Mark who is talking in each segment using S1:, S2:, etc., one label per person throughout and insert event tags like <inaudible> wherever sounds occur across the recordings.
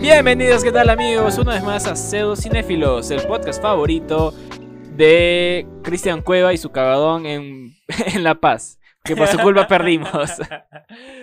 S1: Bienvenidos, ¿qué tal amigos? Una vez más a Pseudo Cinéfilos, el podcast favorito de Cristian Cueva y su cagadón en, <laughs> en La Paz, que por su <laughs> culpa perdimos.
S2: <laughs>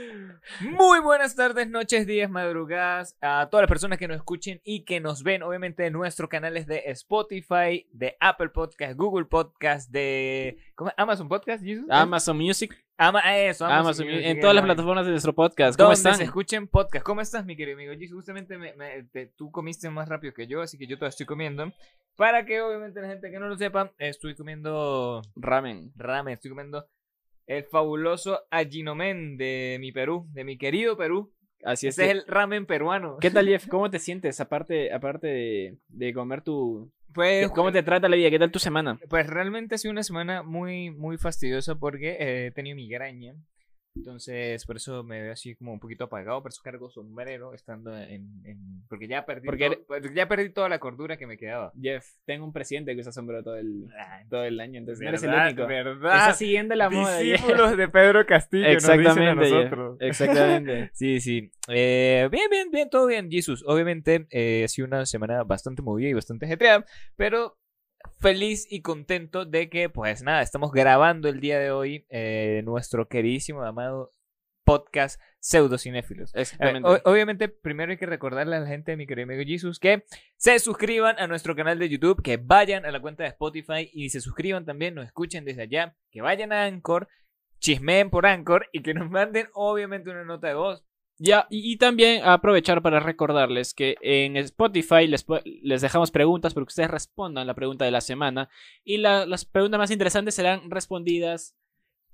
S2: Muy buenas tardes, noches, días, madrugadas a todas las personas que nos escuchen y que nos ven, obviamente, en nuestros canales de Spotify, de Apple Podcast, Google Podcast, de ¿cómo es? Amazon Podcast, Jesus?
S1: Amazon Music,
S2: Ama- ah, eso, Amazon,
S1: Amazon
S2: Music,
S1: Music, en todas las
S2: eh,
S1: plataformas de nuestro podcast. ¿Cómo
S2: Donde
S1: están?
S2: se escuchen podcast. ¿Cómo estás, mi querido amigo? Jesus, justamente me- me- te- tú comiste más rápido que yo, así que yo todavía estoy comiendo. Para que, obviamente, la gente que no lo sepa, estoy comiendo
S1: Ramen.
S2: ramen, estoy comiendo el fabuloso Ajinomen de mi Perú, de mi querido Perú.
S1: Así es.
S2: Ese es el ramen peruano.
S1: ¿Qué tal, Jeff? ¿Cómo te sientes aparte, aparte de, de comer tu...
S2: Pues,
S1: ¿Cómo te trata la vida? ¿Qué tal tu semana?
S2: pues realmente ha sido una semana muy, muy fastidiosa porque eh, he tenido migraña. Entonces, por eso me veo así como un poquito apagado, por eso cargo sombrero estando en... en- porque, ya perdí
S1: Porque
S2: todo- pues, ya perdí toda la cordura que me quedaba.
S1: Jeff, tengo un presidente que usa sombrero todo el, todo el año, entonces no eres el
S2: ¿Verdad?
S1: único.
S2: ¿Verdad?
S1: Está siguiendo la moda. Jeff.
S2: Discípulos de Pedro Castillo nos dicen a
S1: Exactamente, Jeff.
S2: nosotros. <laughs>
S1: Exactamente.
S2: Sí, sí. Eh, bien, bien, bien, todo bien, Jesus. Obviamente eh, ha sido una semana bastante movida y bastante ajetreada, pero feliz y contento de que, pues nada, estamos grabando el día de hoy eh, nuestro queridísimo, amado podcast Pseudocinéfilos. A ver,
S1: Exactamente.
S2: Eh, o- obviamente, primero hay que recordarle a la gente de mi querido amigo Jesus que se suscriban a nuestro canal de YouTube, que vayan a la cuenta de Spotify y se suscriban también, nos escuchen desde allá, que vayan a Anchor, chismeen por Anchor y que nos manden, obviamente, una nota de voz.
S1: Ya, y, y también aprovechar para recordarles que en Spotify les, po- les dejamos preguntas para que ustedes respondan la pregunta de la semana. Y la- las preguntas más interesantes serán respondidas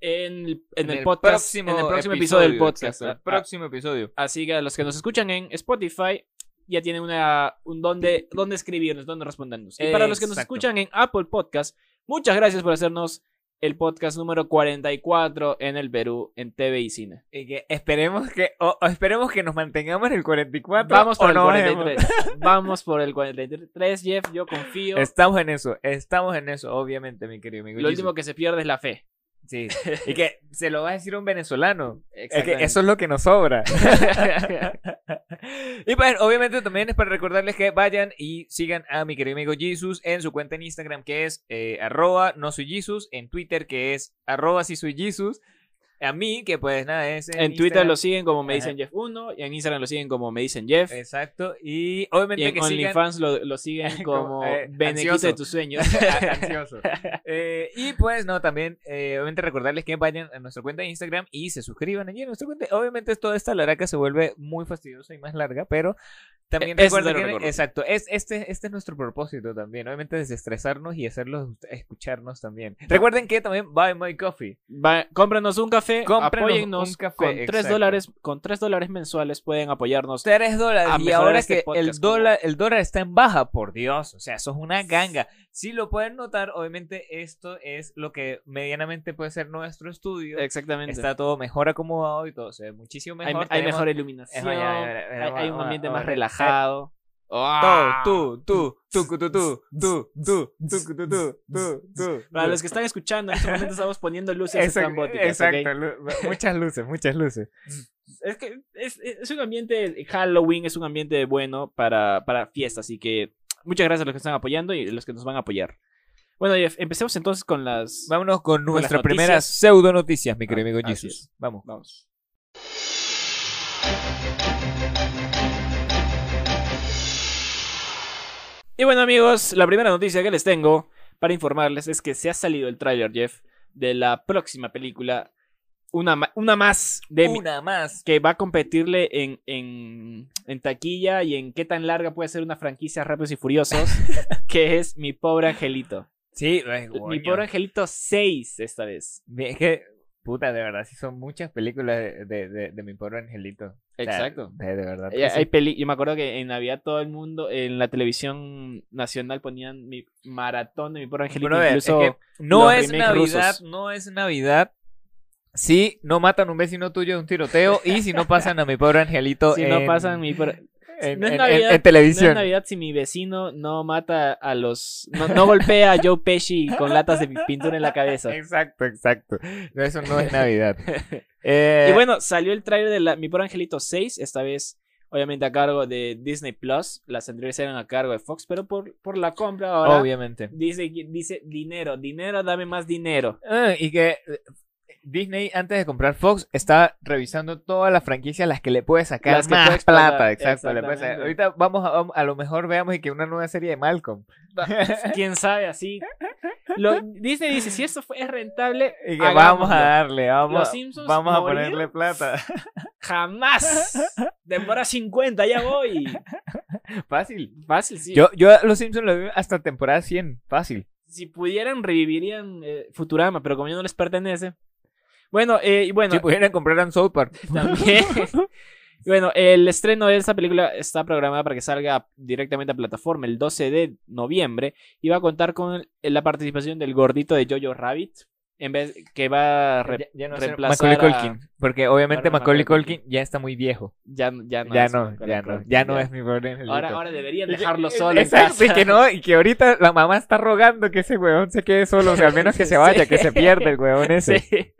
S1: en el, en el podcast. En el próximo episodio, del podcast.
S2: exacto, el
S1: Ah,
S2: próximo episodio.
S1: Así que a los que nos escuchan en Spotify ya tienen una, un donde, donde escribirnos, donde respondernos. Y para los que nos
S2: Exacto.
S1: escuchan en Apple Podcast, muchas gracias por hacernos el podcast número 44 en el Perú, en TV y Cine.
S2: Y que esperemos que, o- o esperemos que nos mantengamos en el 44.
S1: Vamos por
S2: o
S1: el
S2: no bajemos. <laughs>
S1: 43. Vamos por el 43, Jeff, yo confío.
S2: Estamos en eso, estamos en eso, obviamente, mi querido amigo
S1: Lo
S2: Jesus.
S1: último que se pierde es la fe. <laughs>
S2: Sí. Y que se lo va a decir un venezolano. Es que
S1: Exactamente.
S2: eso es lo que
S1: <laughs>
S2: nos sobra. y pues, obviamente, también es para recordarles que vayan y sigan a mi querido amigo Jesus en su cuenta en Instagram, que es eh, arroba no soy Jesus, en Twitter, que es arroba si soy Jesus, a mí, que pues nada, es en,
S1: En Twitter
S2: Instagram.
S1: lo siguen como me
S2: Ajá.
S1: dicen Jeff 1 y en Instagram lo siguen como me dicen Jeff.
S2: Exacto, y
S1: Y
S2: obviamente
S1: en
S2: que sigan...
S1: OnlyFans lo, lo siguen
S2: <laughs> Como,
S1: como
S2: eh,
S1: Benequito de
S2: ansioso.
S1: tus sueños.
S2: <laughs>
S1: <laughs>
S2: Ansioso. Eh, y pues, no, también, eh, obviamente recordarles que vayan a nuestra cuenta de Instagram y se suscriban allí a nuestra cuenta. Obviamente, toda esta laraca se vuelve muy fastidiosa y más larga, pero también
S1: Eh, eso
S2: recuerden
S1: te lo
S2: que-
S1: recuerdo.
S2: exacto, es, este, este es nuestro propósito también. Obviamente, desestresarnos y hacerlos ust- escucharnos también.
S1: Ah.
S2: Recuerden que también Buy My Coffee.
S1: Va- cómpranos un café,
S2: Cómpranos
S1: apóyennos
S2: un café,
S1: con 3
S2: exacto.
S1: dólares, con 3 dólares mensuales pueden apoyarnos.
S2: Tres dólares.
S1: A
S2: y
S1: mejorar
S2: ahora
S1: este
S2: que el
S1: podcast, ¿cómo?
S2: dólar, el dólar está en baja, por Dios. O sea, eso es una ganga. Si lo pueden notar, obviamente esto es lo que medianamente puede ser nuestro estudio.
S1: Exactamente.
S2: Está todo mejor acomodado y todo se ve muchísimo
S1: hay,
S2: mejor.
S1: hay
S2: Tenemos-
S1: mejor iluminación,
S2: Eso, ya, ya, ya,
S1: hay,
S2: ya,
S1: hay un
S2: vamos,
S1: ambiente
S2: vamos,
S1: más
S2: vamos.
S1: relajado.
S2: Todo,
S1: ¡Ah!
S2: tú, tú, tú, tú, tú, tú, tú, tú, tú, tú, tú, tú, tú.
S1: Para los que están escuchando, en este momento estamos poniendo luces
S2: Exacto,
S1: estrambóticas, ¿ok?
S2: Exacto, lu- muchas luces, muchas luces.
S1: Es que es, es un ambiente, Halloween es un ambiente bueno para, para fiesta, así que muchas gracias a los que están apoyando y a los que nos van a apoyar. Bueno, Jeff, empecemos entonces con las...
S2: Vámonos con
S1: Con las
S2: nuestra primera
S1: noticias.
S2: pseudo noticias, mi querido
S1: Ah,
S2: amigo
S1: así
S2: Jesus. Vamos.
S1: Vamos. Y bueno amigos, la primera noticia que les tengo para informarles es que se ha salido el tráiler, Jeff, de la próxima película, una, ma- una más de mi-
S2: Una más.
S1: que va a competirle en, en, en taquilla y en qué tan larga puede ser una franquicia Rápidos y
S2: <laughs>
S1: Furiosos, que es Mi Pobre Angelito.
S2: Sí, ay,
S1: Mi
S2: coño.
S1: Pobre Angelito 6 esta vez.
S2: Es que, puta, de verdad, sí son muchas películas de, de, de, de mi pobre angelito. O sea, De, de verdad. que
S1: Hay-
S2: sí.
S1: hay peli- Yo me acuerdo que en Navidad todo el mundo en la televisión nacional ponían mi maratón de mi pobre angelito.
S2: Brother, es
S1: incluso
S2: que no
S1: los
S2: es
S1: remakes
S2: Navidad,
S1: rusos.
S2: no es Navidad. Si no matan a un vecino tuyo de un tiroteo y si no pasan a mi pobre angelito
S1: <laughs> si
S2: en,
S1: no pasan mi pobre-
S2: en-
S1: no es
S2: en-
S1: Navidad,
S2: en- en
S1: no es
S2: televisión.
S1: Navidad si mi vecino no mata a los. No, no golpea a Joe Pesci con latas de pintura en la cabeza.
S2: exacto, exacto.
S1: <laughs>
S2: No, eso no es Navidad. Eh,
S1: Y bueno, salió el trailer de la- Mi Pobre Angelito 6, esta vez obviamente a cargo de Disney Plus. Las anteriores eran a cargo de Fox, pero por, por la compra ahora
S2: Obviamente.
S1: dice, dice dinero, dinero, dame más dinero.
S2: Ah, y que eh, Disney, antes de comprar Fox, estaba revisando todas las franquicias a las que le puede sacar
S1: Las que
S2: más
S1: puede explotar,
S2: plata. Exacto. le puede sacar.
S1: exactamente.
S2: Ahorita vamos a, vamos- a lo mejor veamos y que una nueva serie de Malcolm. <laughs>
S1: Quién sabe, así. Lo- Disney dice: si esto fue- es rentable,
S2: Y que
S1: hagámoslo.
S2: vamos a darle,
S1: Los
S2: vamos,
S1: Simpsons
S2: vamos a
S1: morir.
S2: ponerle plata. <laughs>
S1: Jamás. Demora 50, ya voy.
S2: Fácil.
S1: Fácil, sí.
S2: Yo, yo a Los Simpsons lo vi hasta temporada 100. Fácil.
S1: Si pudieran, revivirían eh, Futurama, pero como ya no les pertenece. Bueno, eh, y bueno,
S2: Si pudieran comprar a South Park.
S1: <laughs>
S2: <laughs>
S1: también. y bueno, el estreno de esta película está programada para que salga directamente a plataforma el 12 de noviembre y va a contar con la participación del gordito de Jojo Rabbit, en vez que va a rep-
S2: ya
S1: no
S2: sé,
S1: reemplazar
S2: Macaulay
S1: a-
S2: Culkin. Porque obviamente
S1: Ahora no
S2: Macaulay
S1: Macaulay
S2: Culkin ya está muy viejo.
S1: ya, ya no
S2: ya,
S1: es
S2: no,
S1: Macaulay
S2: ya no,
S1: Culkin,
S2: ya no es mi pobre angelito.
S1: Ahora,
S2: <laughs>
S1: ahora deberían
S2: Y que-
S1: dejarlo
S2: y-
S1: solo. en
S2: "Eh, Exacto, y
S1: casa. <laughs>
S2: que no, y que ahorita la mamá está rogando que ese huevón se quede solo, o sea, al menos
S1: <laughs>
S2: que se vaya, que se pierda el huevón ese.
S1: Sí.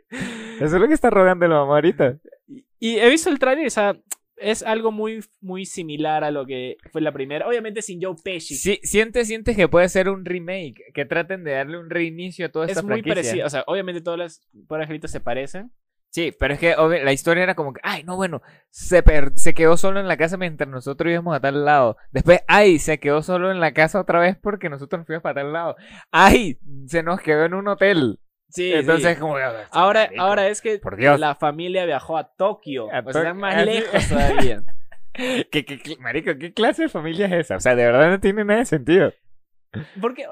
S2: Eso es lo que está rogando la mamá ahorita.
S1: Y- Y he visto el tráiler, o sea, es algo muy, muy similar a lo que fue la primera. Obviamente sin Joe Pesci.
S2: Sí, sientes, sientes que puede ser un remake, que traten de darle un reinicio a toda esta
S1: es muy
S2: franquicia.
S1: parecido. O sea, obviamente todas las pobres angelitos se parecen.
S2: Sí, pero es que obvi- la historia era como que, ay, no, bueno, se, per- se quedó solo en la casa mientras nosotros íbamos a tal lado. Después, ay, se quedó solo en la casa otra vez porque nosotros nos fuimos para tal lado. Ay, se nos quedó en un hotel.
S1: Sí,
S2: Entonces, como que,
S1: Ahora,
S2: marico,
S1: ahora es que
S2: Por Dios.
S1: la familia viajó a Tokio.
S2: A
S1: o sea,
S2: Tok-
S1: más
S2: así-
S1: lejos todavía. <laughs>
S2: ¿Qué, qué- qué- marico, ¿qué clase de familia es esa? O sea, de verdad no tiene nada de sentido. <laughs>
S1: Porque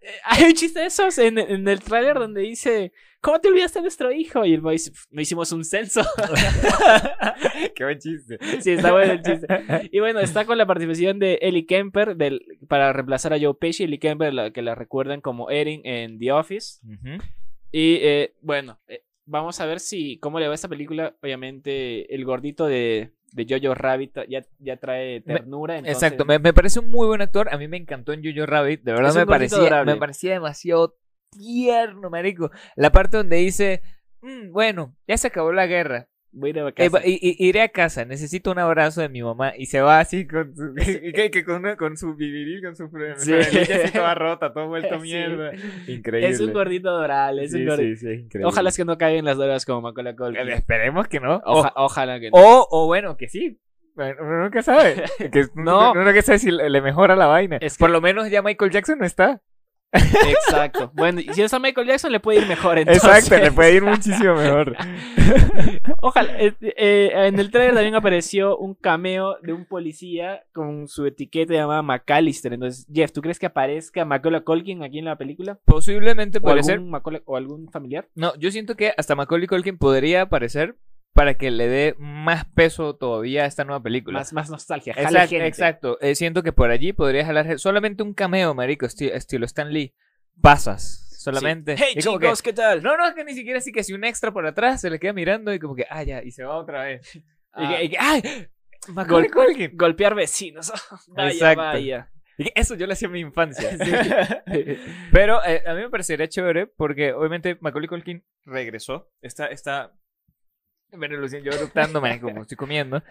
S1: eh, hay un chiste de esos en, en el tráiler donde dice, ¿cómo te olvidaste de nuestro hijo? Y el boy dice, no hicimos un censo. <laughs>
S2: Qué buen chiste.
S1: sí, está bueno el chiste. Y bueno, está con la participación de Ellie Kemper del, para reemplazar a Joe Pesci. Ellie Kemper, la que la recuerdan como Erin en The Office.
S2: Ujú.
S1: Y eh, bueno, eh, vamos a ver si cómo le va a esta película. Obviamente, el gordito de, de Jojo Rabbit ya, ya trae ternura. entonces-
S2: Exacto, me, me parece un muy buen actor. A mí me encantó en Jojo Rabbit. De verdad
S1: Es un
S2: me
S1: gordito
S2: parecía,
S1: adorable.
S2: me parecía demasiado tierno, marico. La parte donde dice, "Mm, bueno, ya se acabó la guerra.
S1: Voy a ir a
S2: Eh,
S1: casa.
S2: va- i- i- iré a casa, necesito un abrazo de mi mamá. Y se va así
S1: <laughs>
S2: con su, <laughs> que- que con, una- con su viviril, con su fre-
S1: Sí.
S2: franelilla
S1: <laughs>
S2: así toda rota, todo vuelto
S1: Sí.
S2: mierda. Increíble.
S1: Es un gordito adorable. Es un
S2: Sí,
S1: gordito.
S2: sí, sí, es increíble.
S1: Ojalá es que no caigan las drogas como Macaulay
S2: Eh,
S1: Culkin.
S2: Esperemos que no.
S1: Oja- ojalá que no.
S2: O, o bueno, que sí. Bueno, Uno nunca <laughs> sabe. Que
S1: No.
S2: no. Uno nunca sabe si le le mejora la vaina.
S1: Es que-
S2: Por lo menos ya Michael Jackson no está.
S1: Exacto. Bueno, y si es a Michael Jackson le puede ir mejor entonces.
S2: Exacto, le <laughs> puede ir muchísimo mejor.
S1: Ojalá. eh, eh, en el trailer también apareció un cameo de un policía con su etiqueta llamada McAllister. Entonces, Jeff, ¿tú crees que aparezca Macaulay Culkin aquí en la película?
S2: Posiblemente
S1: ¿O
S2: puede ser.
S1: algún, Macaulay- o algún familiar?
S2: No, yo siento que hasta Macaulay Culkin podría aparecer para que le dé más peso todavía a esta nueva película.
S1: Más, más nostalgia. jala
S2: exacto,
S1: gente.
S2: exacto. Eh, siento que por allí podría jalar gen- solamente un cameo, marico, esti- estilo Stan Lee. Pasas,
S1: Sí.
S2: solamente.
S1: Hey
S2: Y como
S1: chicos,
S2: que-
S1: ¿qué tal?
S2: No, no, es que ni siquiera así que si un extra por atrás se le queda mirando y como que, ah, ya, y se va otra vez. Y
S1: Ah.
S2: que- y que, ¡ay! Macaulay Culkin.
S1: Golpear vecinos. <laughs> vaya,
S2: Exacto.
S1: vaya.
S2: <laughs> Y que Eso yo lo hacía en
S1: <laughs>
S2: mi infancia.
S1: Sí.
S2: <laughs> Pero eh, a mí me parecería chévere porque obviamente Macaulay Culkin regresó. Está, está... Bueno, lo siento, yo eructando, man, como estoy comiendo.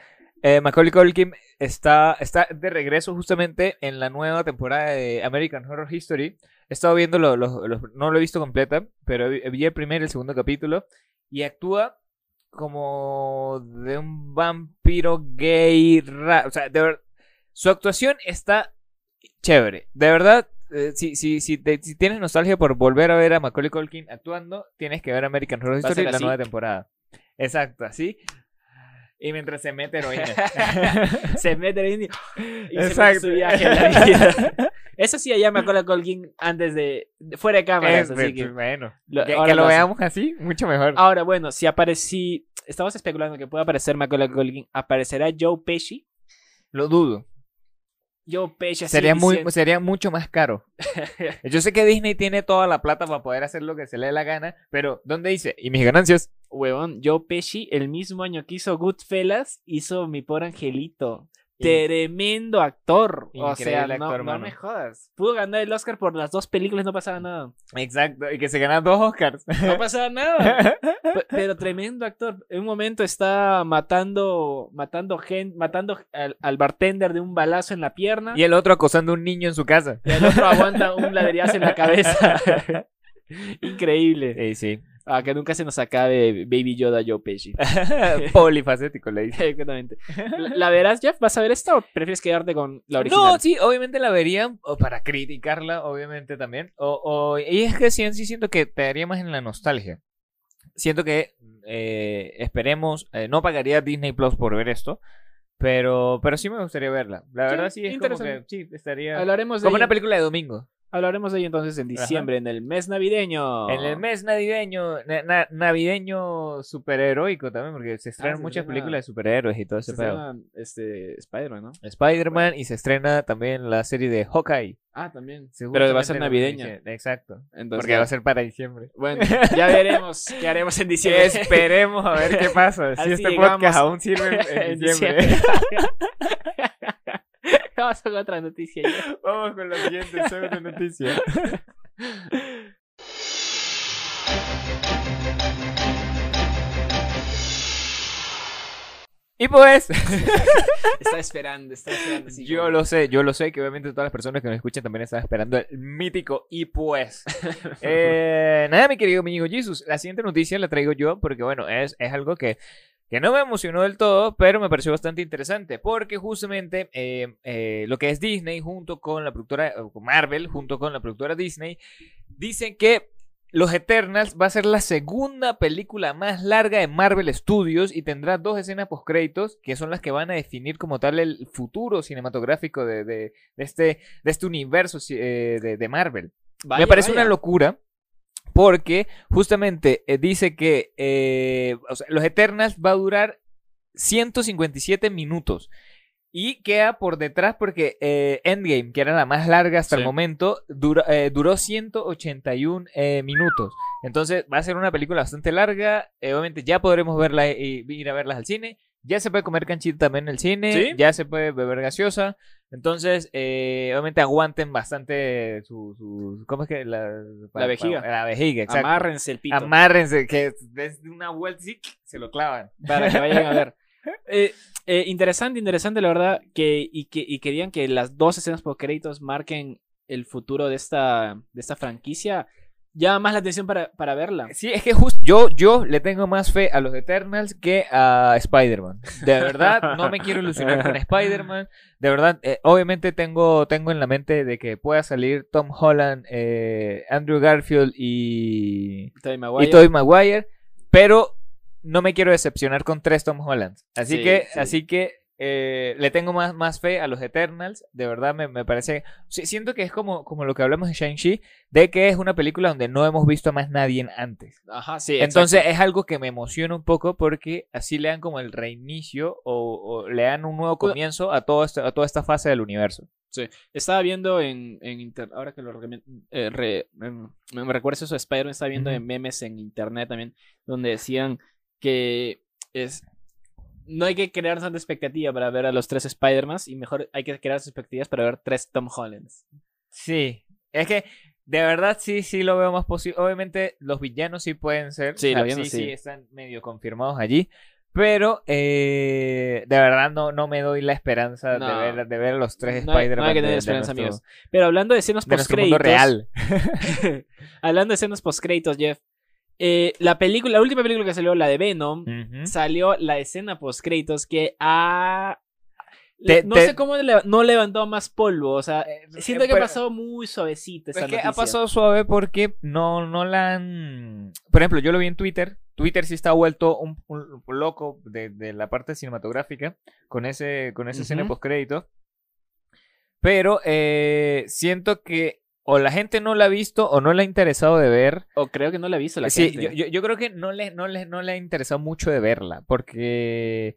S2: Eh, Macaulay Culkin está, está de regreso justamente en la nueva temporada de American Horror History. He estado viendo, lo- los- los- no lo he visto completa, pero vi vi el primer y el segundo capítulo. Y actúa como de un vampiro gay. ra- o sea, de verdad, su actuación está chévere. De verdad, eh, si, si, si, te- si tienes nostalgia por volver a ver a Macaulay Culkin actuando, tienes que ver American Horror
S1: Va a
S2: Story
S1: ser
S2: la
S1: así.
S2: nueva temporada. Exacto, así. Y mientras se
S1: <laughs>
S2: mete heroína.
S1: se mete en y se mete en
S2: Exacto.
S1: su viaje en la
S2: <laughs>
S1: vida. Eso sí, allá Macaulay Culkin antes de, de- fuera de
S2: <laughs>
S1: cámaras, así que
S2: bueno.
S1: lo-
S2: que,
S1: ahora Ah.
S2: que lo
S1: hacen.
S2: veamos así, mucho mejor.
S1: Ahora, bueno, si aparece, estamos especulando que puede aparecer Macaulay Culkin, ¿aparecerá Joe Pesci?
S2: Lo dudo.
S1: Joe Pesci así
S2: Sería, muy,
S1: diciendo-
S2: sería mucho más <laughs> caro. Yo sé que Disney tiene toda la plata para poder hacer lo que se le dé la gana, pero ¿dónde dice? ¿Y mis ganancias?
S1: Huevón, Joe Pesci, el mismo año que hizo Goodfellas, hizo Mi Por Angelito. Tremendo actor. o
S2: Increíble
S1: sea, no,
S2: actor,
S1: no
S2: mano.
S1: me jodas. Pudo ganar el Oscar por las dos películas, no pasaba nada.
S2: Exacto, y que se ganan dos Oscars. <laughs>
S1: No pasaba nada. Pe- Pero tremendo actor. En un momento está matando, matando gente, matando al, al bartender de un balazo en la pierna.
S2: y el otro acosando a un niño en su <laughs> casa.
S1: Y el otro aguanta un ladrillazo en la cabeza. <laughs> Increíble.
S2: Sí, Eh, <laughs> sí.
S1: Ah, que nunca se nos acabe Baby Yoda Joe Pesci. <laughs>
S2: Polifacético, le dice.
S1: Exactamente. ¿La la verás, Jeff? ¿Vas a ver esta o prefieres quedarte con la original?
S2: No, sí, obviamente la vería o para criticarla, obviamente también. O, o- y es que sí, en sí siento que daría más en la nostalgia. Siento que eh, esperemos, eh, no pagaría Disney Plus por ver esto, pero, pero sí me gustaría verla. La
S1: Sí,
S2: verdad sí es como que
S1: interesante.
S2: sí, estaría
S1: Hablaremos de,
S2: como una
S1: ello,
S2: película de domingo.
S1: hablaremos de ello entonces en diciembre, en el mes navideño.
S2: En el mes navideño, na- na- navideño superheroico también, porque se estrenan
S1: Ah, se
S2: muchas
S1: estrena-
S2: películas de superhéroes y todo ese
S1: Se
S2: pedo.
S1: llama, este, Spider-Man, ¿no?
S2: Spider-Man y se estrena también la serie de Hawkeye.
S1: Ah, también.
S2: Se-
S1: Pero va a
S2: justamente
S1: ser
S2: lo que
S1: navideña.
S2: dice. Exacto.
S1: Entonces,
S2: Porque va a ser para diciembre.
S1: Bueno, ya veremos qué haremos en diciembre.
S2: Esperemos a ver qué <laughs> pasa.
S1: Así
S2: Si este
S1: llegamos.
S2: podcast aún <laughs> sirve en,
S1: En
S2: diciembre.
S1: <laughs> Vamos con otra noticia.
S2: <laughs>
S1: Jeff.
S2: <laughs> Vamos con la siguiente segunda <laughs> noticia. Y pues,
S1: Estaba esperando, estaba esperando. así
S2: yo
S1: como-
S2: lo sé, yo lo sé que obviamente todas las personas que nos escuchan también están esperando el mítico y pues. Eh, nada, mi querido amigo Jesus, la siguiente noticia la traigo yo porque, bueno, es, es algo que, que no me emocionó del todo, pero me pareció bastante interesante porque justamente eh, eh, lo que es Disney junto con la productora eh, con Marvel, junto con la productora Disney, dicen que... Los Eternals va a ser la segunda película más larga de Marvel Studios y tendrá dos escenas postcréditos que son las que van a definir como tal el futuro cinematográfico de, de- de este, de este universo eh, de- de Marvel
S1: Vaya,
S2: me parece
S1: vaya.
S2: una locura. Porque justamente eh, dice que eh, o sea, Los Eternals va a durar 157 minutos. Y queda por detrás porque eh, Endgame, que era la más larga hasta el
S1: Sí.
S2: momento, dura- eh, duró 181 eh, minutos. Entonces va a ser una película bastante larga. eh, obviamente ya podremos verla eh, y ir a verlas al cine. Ya se puede comer canchita también en el cine.
S1: ¿Sí?
S2: Ya se puede beber gaseosa. Entonces, eh, obviamente aguanten bastante su, su- ¿cómo es que? La, pa- pa-
S1: vejiga.
S2: la vejiga, exacto.
S1: Amárrense el pito.
S2: Amárrense, que des una vuelta y se lo clavan.
S1: para que vayan a ver. <laughs> Eh, eh, interesante, interesante, la verdad. Que, y, que, y querían que las dos escenas por créditos marquen el futuro de esta, de esta franquicia. Llama más la atención para, para verla.
S2: Sí, es que justo yo, yo le tengo más fe a los Eternals que a Spider-Man. De verdad, no me quiero ilusionar con Spider-Man. De verdad, eh, obviamente tengo, tengo en la mente de que pueda salir Tom Holland, eh, Andrew Garfield y...
S1: Tobey
S2: y
S1: Maguire.
S2: Tobey Maguire, pero no me quiero decepcionar con tres Tom Holland. Así
S1: Sí,
S2: que,
S1: sí.
S2: así que eh, le tengo más, más fe a los Eternals. De verdad me, me parece. si- Siento que es como, como lo que hablamos de Shang-Chi, de que es una película donde no hemos visto a más nadie antes.
S1: Ajá, sí.
S2: Entonces es algo que me emociona un poco porque así le dan como el reinicio o, o le dan un nuevo comienzo a, todo esto- a toda esta fase del universo.
S1: Estaba viendo en, en inter- ahora que lo recomiendo, eh, re- em, me me recuerda eso de Spider-Man, estaba viendo
S2: Ujú.
S1: en memes en internet también, donde decían que es no hay que crear tanta expectativa para ver a los tres Spider-Mans y mejor hay que crear las expectativas para ver tres Tom Hollands.
S2: Sí, es que de verdad sí, sí lo veo más posible. Obviamente los villanos sí pueden ser.
S1: Sí,
S2: o sea,
S1: los villanos
S2: sí,
S1: sí.
S2: están medio confirmados allí. Pero eh, de verdad no, no me doy la esperanza
S1: No.
S2: de, ver, de ver los tres
S1: No hay-
S2: Spider-Man.
S1: no hay que
S2: de-
S1: tener
S2: de
S1: esperanza,
S2: nuestro-
S1: amigos. Pero hablando de escenas
S2: De nuestro mundo
S1: post-créditos,
S2: real.
S1: <laughs> hablando de escenas post-créditos, Jeff, eh, la película, la última película que salió, la de Venom,
S2: Ujú.
S1: salió la escena post créditos que ha
S2: Te-
S1: no
S2: te-
S1: sé cómo le- no levantó más polvo, o sea,
S2: Eh,
S1: siento
S2: eh,
S1: que ha
S2: pero-
S1: pasado muy suavecita
S2: Es
S1: esa
S2: que ha
S1: noticia.
S2: pasado suave porque no, no la han... Por ejemplo, yo lo vi en Twitter. Twitter sí está vuelto un, un loco de, de la parte cinematográfica con ese, con ese escena
S1: Ujú.
S2: postcrédito. Pero eh, siento que o la gente no la ha visto o no la ha interesado de ver.
S1: O creo que no la he visto la
S2: sí,
S1: gente.
S2: yo, yo- yo creo que no le, no, le, no le ha interesado mucho de verla porque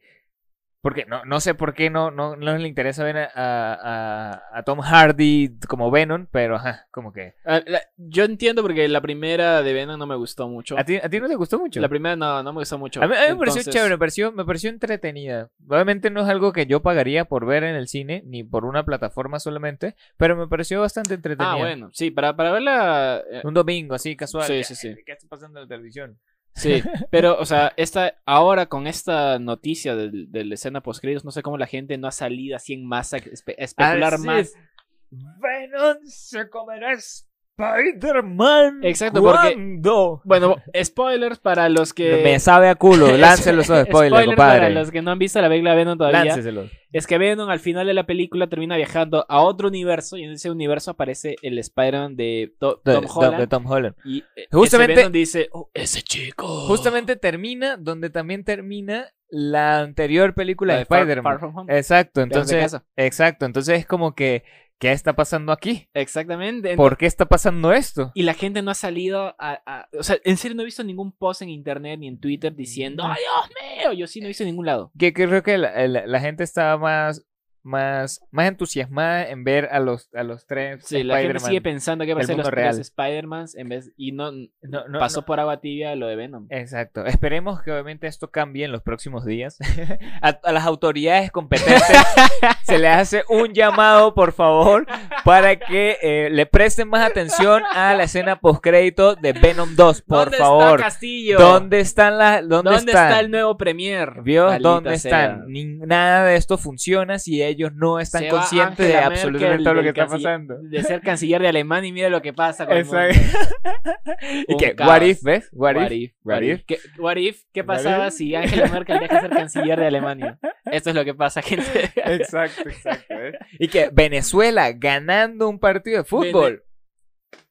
S2: Porque no, no sé por qué no, no, no le interesa ver a, a- a Tom Hardy como Venom, pero ajá, como que.
S1: Ah, la- yo entiendo porque la primera de Venom no me gustó mucho.
S2: ¿A ti, a ti no te gustó mucho?
S1: La primera no, no me gustó mucho.
S2: A mí, a mí me pareció
S1: Entonces,
S2: chévere, me pareció, me pareció entretenida. Obviamente no es algo que yo pagaría por ver en el cine, ni por una plataforma solamente, pero me pareció bastante entretenida.
S1: Ah, bueno, sí, para, para verla. eh,
S2: Un domingo así, casual.
S1: Sí,
S2: que,
S1: sí, sí.
S2: "Ay, ¿Qué está pasando en la televisión?
S1: Sí, pero, o sea, esta, ahora con esta noticia del- de, la escena post no sé cómo la gente no ha salido así en masa a espe- a especular
S2: Así
S1: más.
S2: es. Venom se comerá Spider-Man.
S1: Exacto, porque-
S2: ¿Cuándo?"
S1: Bueno, spoilers para los que.
S2: Me sabe
S1: <laughs>
S2: a culo, láncelos los spoilers,
S1: para
S2: compadre.
S1: los que no han visto la película Venom todavía.
S2: Lánceselos.
S1: Es que Venom al final de la película termina viajando a otro universo y en ese universo aparece el Spider-Man de To-
S2: De-
S1: Tom
S2: de-
S1: Holland.
S2: de Tom Holland.
S1: Y eh,
S2: Justamente-
S1: ese Venom dice, "Oh, ese chico.
S2: Justamente termina donde también termina la anterior película
S1: La
S2: de
S1: Far-
S2: Spider-Man.
S1: Far From Home.
S2: Exacto,
S1: Lejos de
S2: entonces,
S1: casa.
S2: exacto, entonces es como que, ¿qué está pasando aquí?
S1: Exactamente.
S2: ¿Por qué está pasando esto?
S1: Y la gente no ha salido a, a- O sea, en serio no he visto ningún post en internet ni en Twitter diciendo, ¡Ay, Dios mío! Yo sí no he visto en ningún lado.
S2: Que que creo que la, la- la gente estaba más, más, más entusiasmada en ver a los, a los tres
S1: Sí, la gente
S2: Spider-Man.
S1: sigue pensando que va a
S2: El
S1: ser los
S2: mundo
S1: tres
S2: real.
S1: Spider-Mans en vez... Y no,
S2: No, no,
S1: pasó por agua tibia lo de Venom.
S2: Exacto. Esperemos que obviamente esto cambie en los próximos días. <laughs> A, a las autoridades competentes se les hace un llamado, por favor, para que eh, le presten más atención a la escena postcrédito de Venom 2, por
S1: ¿Dónde
S2: favor.
S1: está Castillo?
S2: ¿Dónde están las dónde,
S1: ¿Dónde,
S2: están?
S1: está el nuevo premier?
S2: ¿Vio?
S1: Maldita
S2: ¿Dónde
S1: sea.
S2: están? Ni- nada de esto funciona si ellos no están
S1: Se va
S2: conscientes de
S1: Angela
S2: absolutamente
S1: Merkel
S2: todo lo que
S1: del
S2: está
S1: canciller-
S2: pasando.
S1: De ser canciller de Alemania y mira lo que pasa con el mundo.
S2: Exacto. <laughs> y
S1: Un
S2: que,
S1: caos.
S2: what if, ¿ves? What,
S1: What
S2: if? <laughs>
S1: if,
S2: what
S1: what
S2: if.
S1: if. ¿Qué, what if? ¿Qué
S2: What
S1: pasaba
S2: if?
S1: si Angela Merkel deja de ser canciller de Alemania? Esto es lo que pasa, gente.
S2: <laughs> Exacto, exacto. ¿eh? Y que Venezuela ganando un partido de fútbol.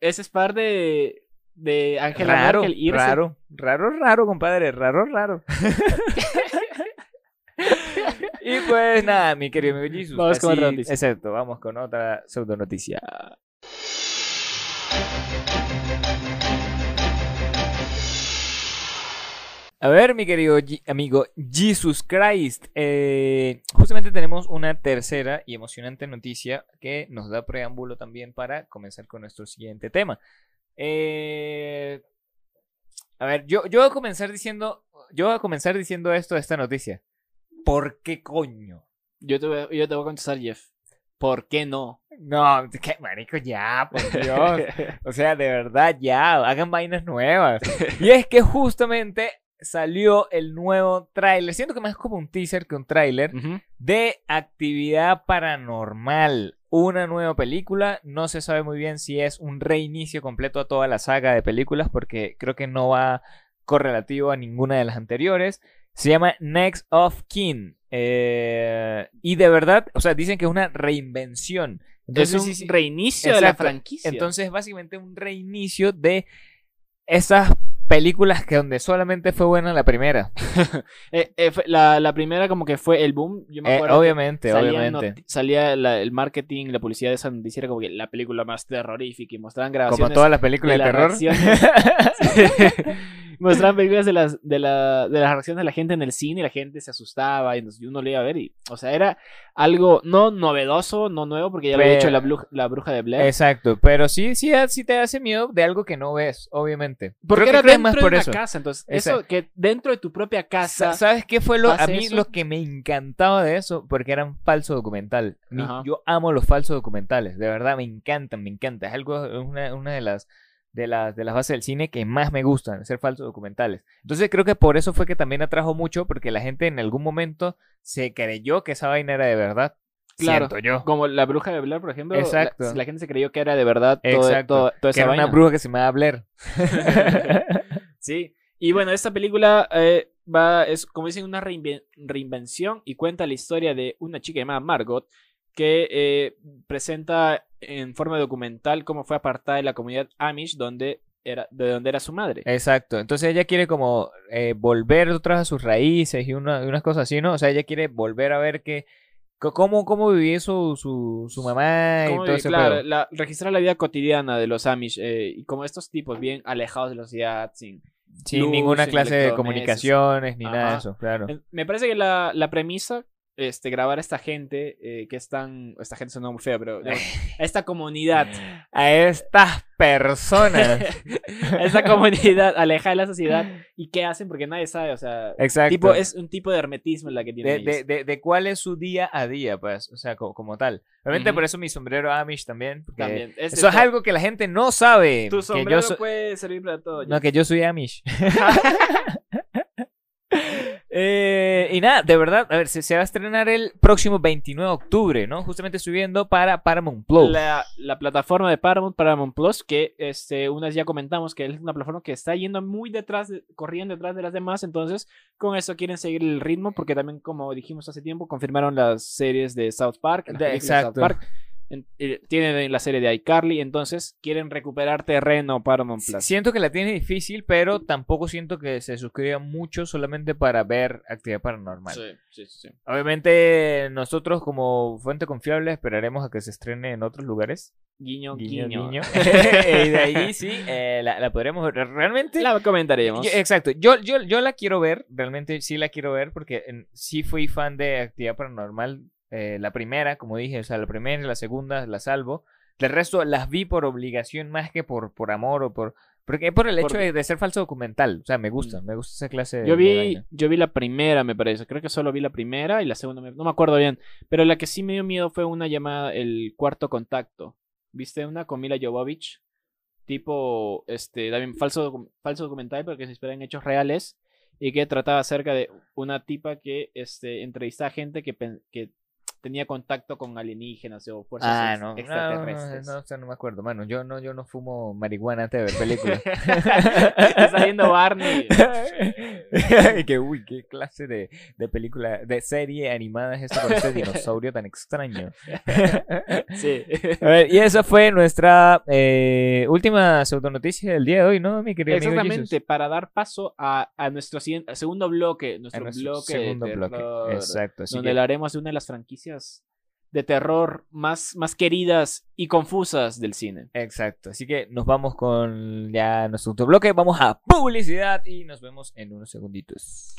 S1: Ese es par de, de Angela
S2: Raro,
S1: Merkel irse.
S2: raro, raro, raro, compadre, raro, raro. y pues nada, mi querido amigo Jesus.
S1: Vamos con otra noticia.
S2: Exacto, vamos con otra pseudo noticia. A ver, mi querido Ye- amigo Jesus Christ, eh, justamente tenemos una tercera y emocionante noticia que nos da preámbulo también para comenzar con nuestro siguiente tema. Eh, a ver, yo, yo voy a comenzar diciendo, yo voy a comenzar diciendo esto de esta noticia. ¿Por qué coño?
S1: Yo, te voy, yo te voy a contestar, Jeff. ¿Por qué <laughs> no?
S2: No, qué marico, ya, por
S1: <laughs>
S2: Dios. O sea, de verdad, ya, hagan vainas nuevas. Y es que justamente salió el nuevo tráiler. Siento que más como un teaser que un tráiler
S1: Ujú.
S2: de Actividad Paranormal. Una nueva película. No se sabe muy bien si es un reinicio completo a toda la saga de películas, porque creo que no va correlativo a ninguna de las anteriores. Se llama Next of Kin. Eh, y de verdad, o sea, dicen que es una reinvención. Entonces,
S1: es un
S2: sí, sí.
S1: reinicio de la
S2: Exacto.
S1: franquicia.
S2: Entonces, básicamente un reinicio de esas películas que donde solamente fue buena la primera.
S1: Eh, eh, fue- la, la primera como que fue el boom. Yo me
S2: Eh,
S1: acuerdo. que
S2: obviamente,
S1: salían
S2: obviamente.
S1: noti- Salía la- el marketing, la publicidad de esa noticia era como que la película más terrorífica y mostraban
S2: Como
S1: grabaciones.
S2: todas las películas de,
S1: de las
S2: terror.
S1: reacciones. <laughs> mostraban películas de las, de, la, de las reacciones de la gente en el cine y la gente se asustaba y, nos- y uno le iba a ver. Y, o sea, era algo no novedoso, no nuevo, porque ya lo había
S2: Pero-
S1: hecho la, blu- la bruja de Blair.
S2: <laughs> Exacto, pero sí, sí, ah, sí te hace miedo de algo que no ves, obviamente.
S1: porque
S2: Creo
S1: era
S2: que creo que es
S1: dentro de una casa, entonces,
S2: Exacto.
S1: eso que dentro de tu propia casa.
S2: Sa- ¿Sabes qué fue lo, a
S1: pase
S2: mí
S1: eso?
S2: lo que me encantaba de eso? Porque eran falso documental. Mi-
S1: Ajá.
S2: yo amo los falsos documentales, de verdad, me encantan, me encanta. Es algo, es una, una de las de las de las bases del cine que más me gustan, ser falsos documentales. Entonces creo que por eso fue que también atrajo mucho, porque la gente en algún momento se creyó que esa vaina era de verdad.
S1: Claro.
S2: Siento yo.
S1: Como la bruja de Blair, por ejemplo, la-
S2: Exacto.
S1: La, gente se creyó que era de verdad todo, e,
S2: Exacto.
S1: todo- toda
S2: Que
S1: esa
S2: era una
S1: vaina.
S2: bruja que se
S1: <laughs>
S2: llamaba Blair.
S1: Sí. Y bueno, esta película eh, va, es como dicen, una reinven- reinvención y cuenta la historia de una chica llamada Margot que eh, presenta en forma documental cómo fue apartada de la comunidad Amish donde era, de donde era su madre.
S2: Exacto. Entonces ella quiere como eh, volver otra vez a sus raíces y, una- y unas cosas así, ¿no? O sea, ella quiere volver a ver que c- cómo, cómo vivía su, su, su mamá y
S1: Cómo
S2: todo
S1: vi-
S2: ese
S1: claro,
S2: pedo.
S1: la- registrar la vida cotidiana de los Amish eh, y como estos tipos bien alejados de la sociedad, sin
S2: Sin
S1: luz,
S2: ninguna clase de
S1: electrodomésticos.
S2: comunicaciones ni nada de
S1: Ajá.
S2: eso, claro.
S1: Me parece que la, la premisa este, grabar a esta gente eh, que es tan. Esta gente suena muy fea,
S2: <laughs>
S1: pero. digamos, a esta comunidad.
S2: A estas
S1: <laughs>
S2: personas.
S1: A esta comunidad alejada de la sociedad. ¿Y qué hacen? Porque nadie sabe, o sea.
S2: <laughs> Exacto.
S1: Tipo, es un tipo de hermetismo la que tienen.
S2: de,
S1: ellos.
S2: de, de, de cuál es su día a día, pues, o sea, co- como, tal. Obviamente
S1: Ujú.
S2: por eso mi sombrero Amish también. porque
S1: También. Es
S2: Eso es
S1: esto-
S2: algo que la gente no sabe. que
S1: Tu
S2: yo
S1: sombrero
S2: so-
S1: puede servir para todo.
S2: No, que yo
S1: <laughs>
S2: soy Amish. Eh, y nada, de verdad, a ver, se, se va a estrenar el próximo 29 de octubre, ¿no? Justamente subiendo para Paramount Plus.
S1: la, la plataforma de Paramount, Paramount Plus, que este, unas ya comentamos que es una plataforma que está yendo muy detrás, de- corriendo detrás de las demás, entonces con eso quieren seguir el ritmo, porque también, como dijimos hace tiempo, confirmaron las series de South Park, las
S2: De-
S1: películas de
S2: exacto.
S1: South Park. En- eh, tienen la serie de iCarly, entonces quieren recuperar terreno Paramount
S2: Si-
S1: Plus.
S2: Siento que la tiene difícil, pero tampoco siento que se suscriban mucho solamente para ver actividad paranormal.
S1: sí, sí, sí.
S2: Obviamente, nosotros como fuente confiable esperaremos a que se estrene en otros lugares.
S1: Guiño, guiño.
S2: Guiño, guiño. <laughs> y de ahí sí, eh, la, la podremos ver. Realmente.
S1: La comentaremos.
S2: yo- exacto. Yo, yo, yo la quiero ver. Realmente sí la quiero ver porque en- sí fui fan de actividad paranormal. eh, la primera, como dije, o sea, la primera y la segunda la salvo. Del resto las vi por obligación más que por, por amor o por. Porque es por el hecho
S1: Por-
S2: de, de ser falso documental. O sea, me gusta, me gusta esa clase de.
S1: Yo
S2: de
S1: vi,
S2: vaina.
S1: yo vi la primera, me parece. Creo que solo vi la primera y la segunda. me- No me acuerdo bien. Pero la que sí me dio miedo fue una llamada El Cuarto Contacto. ¿Viste una con Mila Jovovich? Tipo, este, también falso, docu- falso documental, pero que se inspira en hechos reales. Y que trataba acerca de una tipa que este, entrevistaba a gente que, pen- que tenía contacto con alienígenas o fuerzas
S2: Ah,
S1: ex-
S2: no, no,
S1: extraterrestres.
S2: no, o sea, no me acuerdo. Mano, yo no, yo no fumo marihuana antes de ver películas.
S1: <laughs> Está viendo Barney.
S2: <laughs> Y eh, que, uy, qué clase de, de película, de serie animada es esta con ese dinosaurio tan extraño. <laughs>
S1: Sí.
S2: A ver, y esa fue nuestra eh, última pseudonoticia del día de hoy, ¿no, mi querido amigo Jesus?
S1: Exactamente, para dar paso a, a nuestro siguien- al segundo bloque,
S2: A
S1: nuestro,
S2: nuestro
S1: bloque, de
S2: segundo bloque.
S1: terror,
S2: Exacto. Así
S1: donde
S2: que,
S1: hablaremos de una de las franquicias de terror más, más queridas y confusas del cine.
S2: Exacto. Así que nos vamos con ya nuestro segundo bloque. Vamos a publicidad y nos vemos en unos segunditos.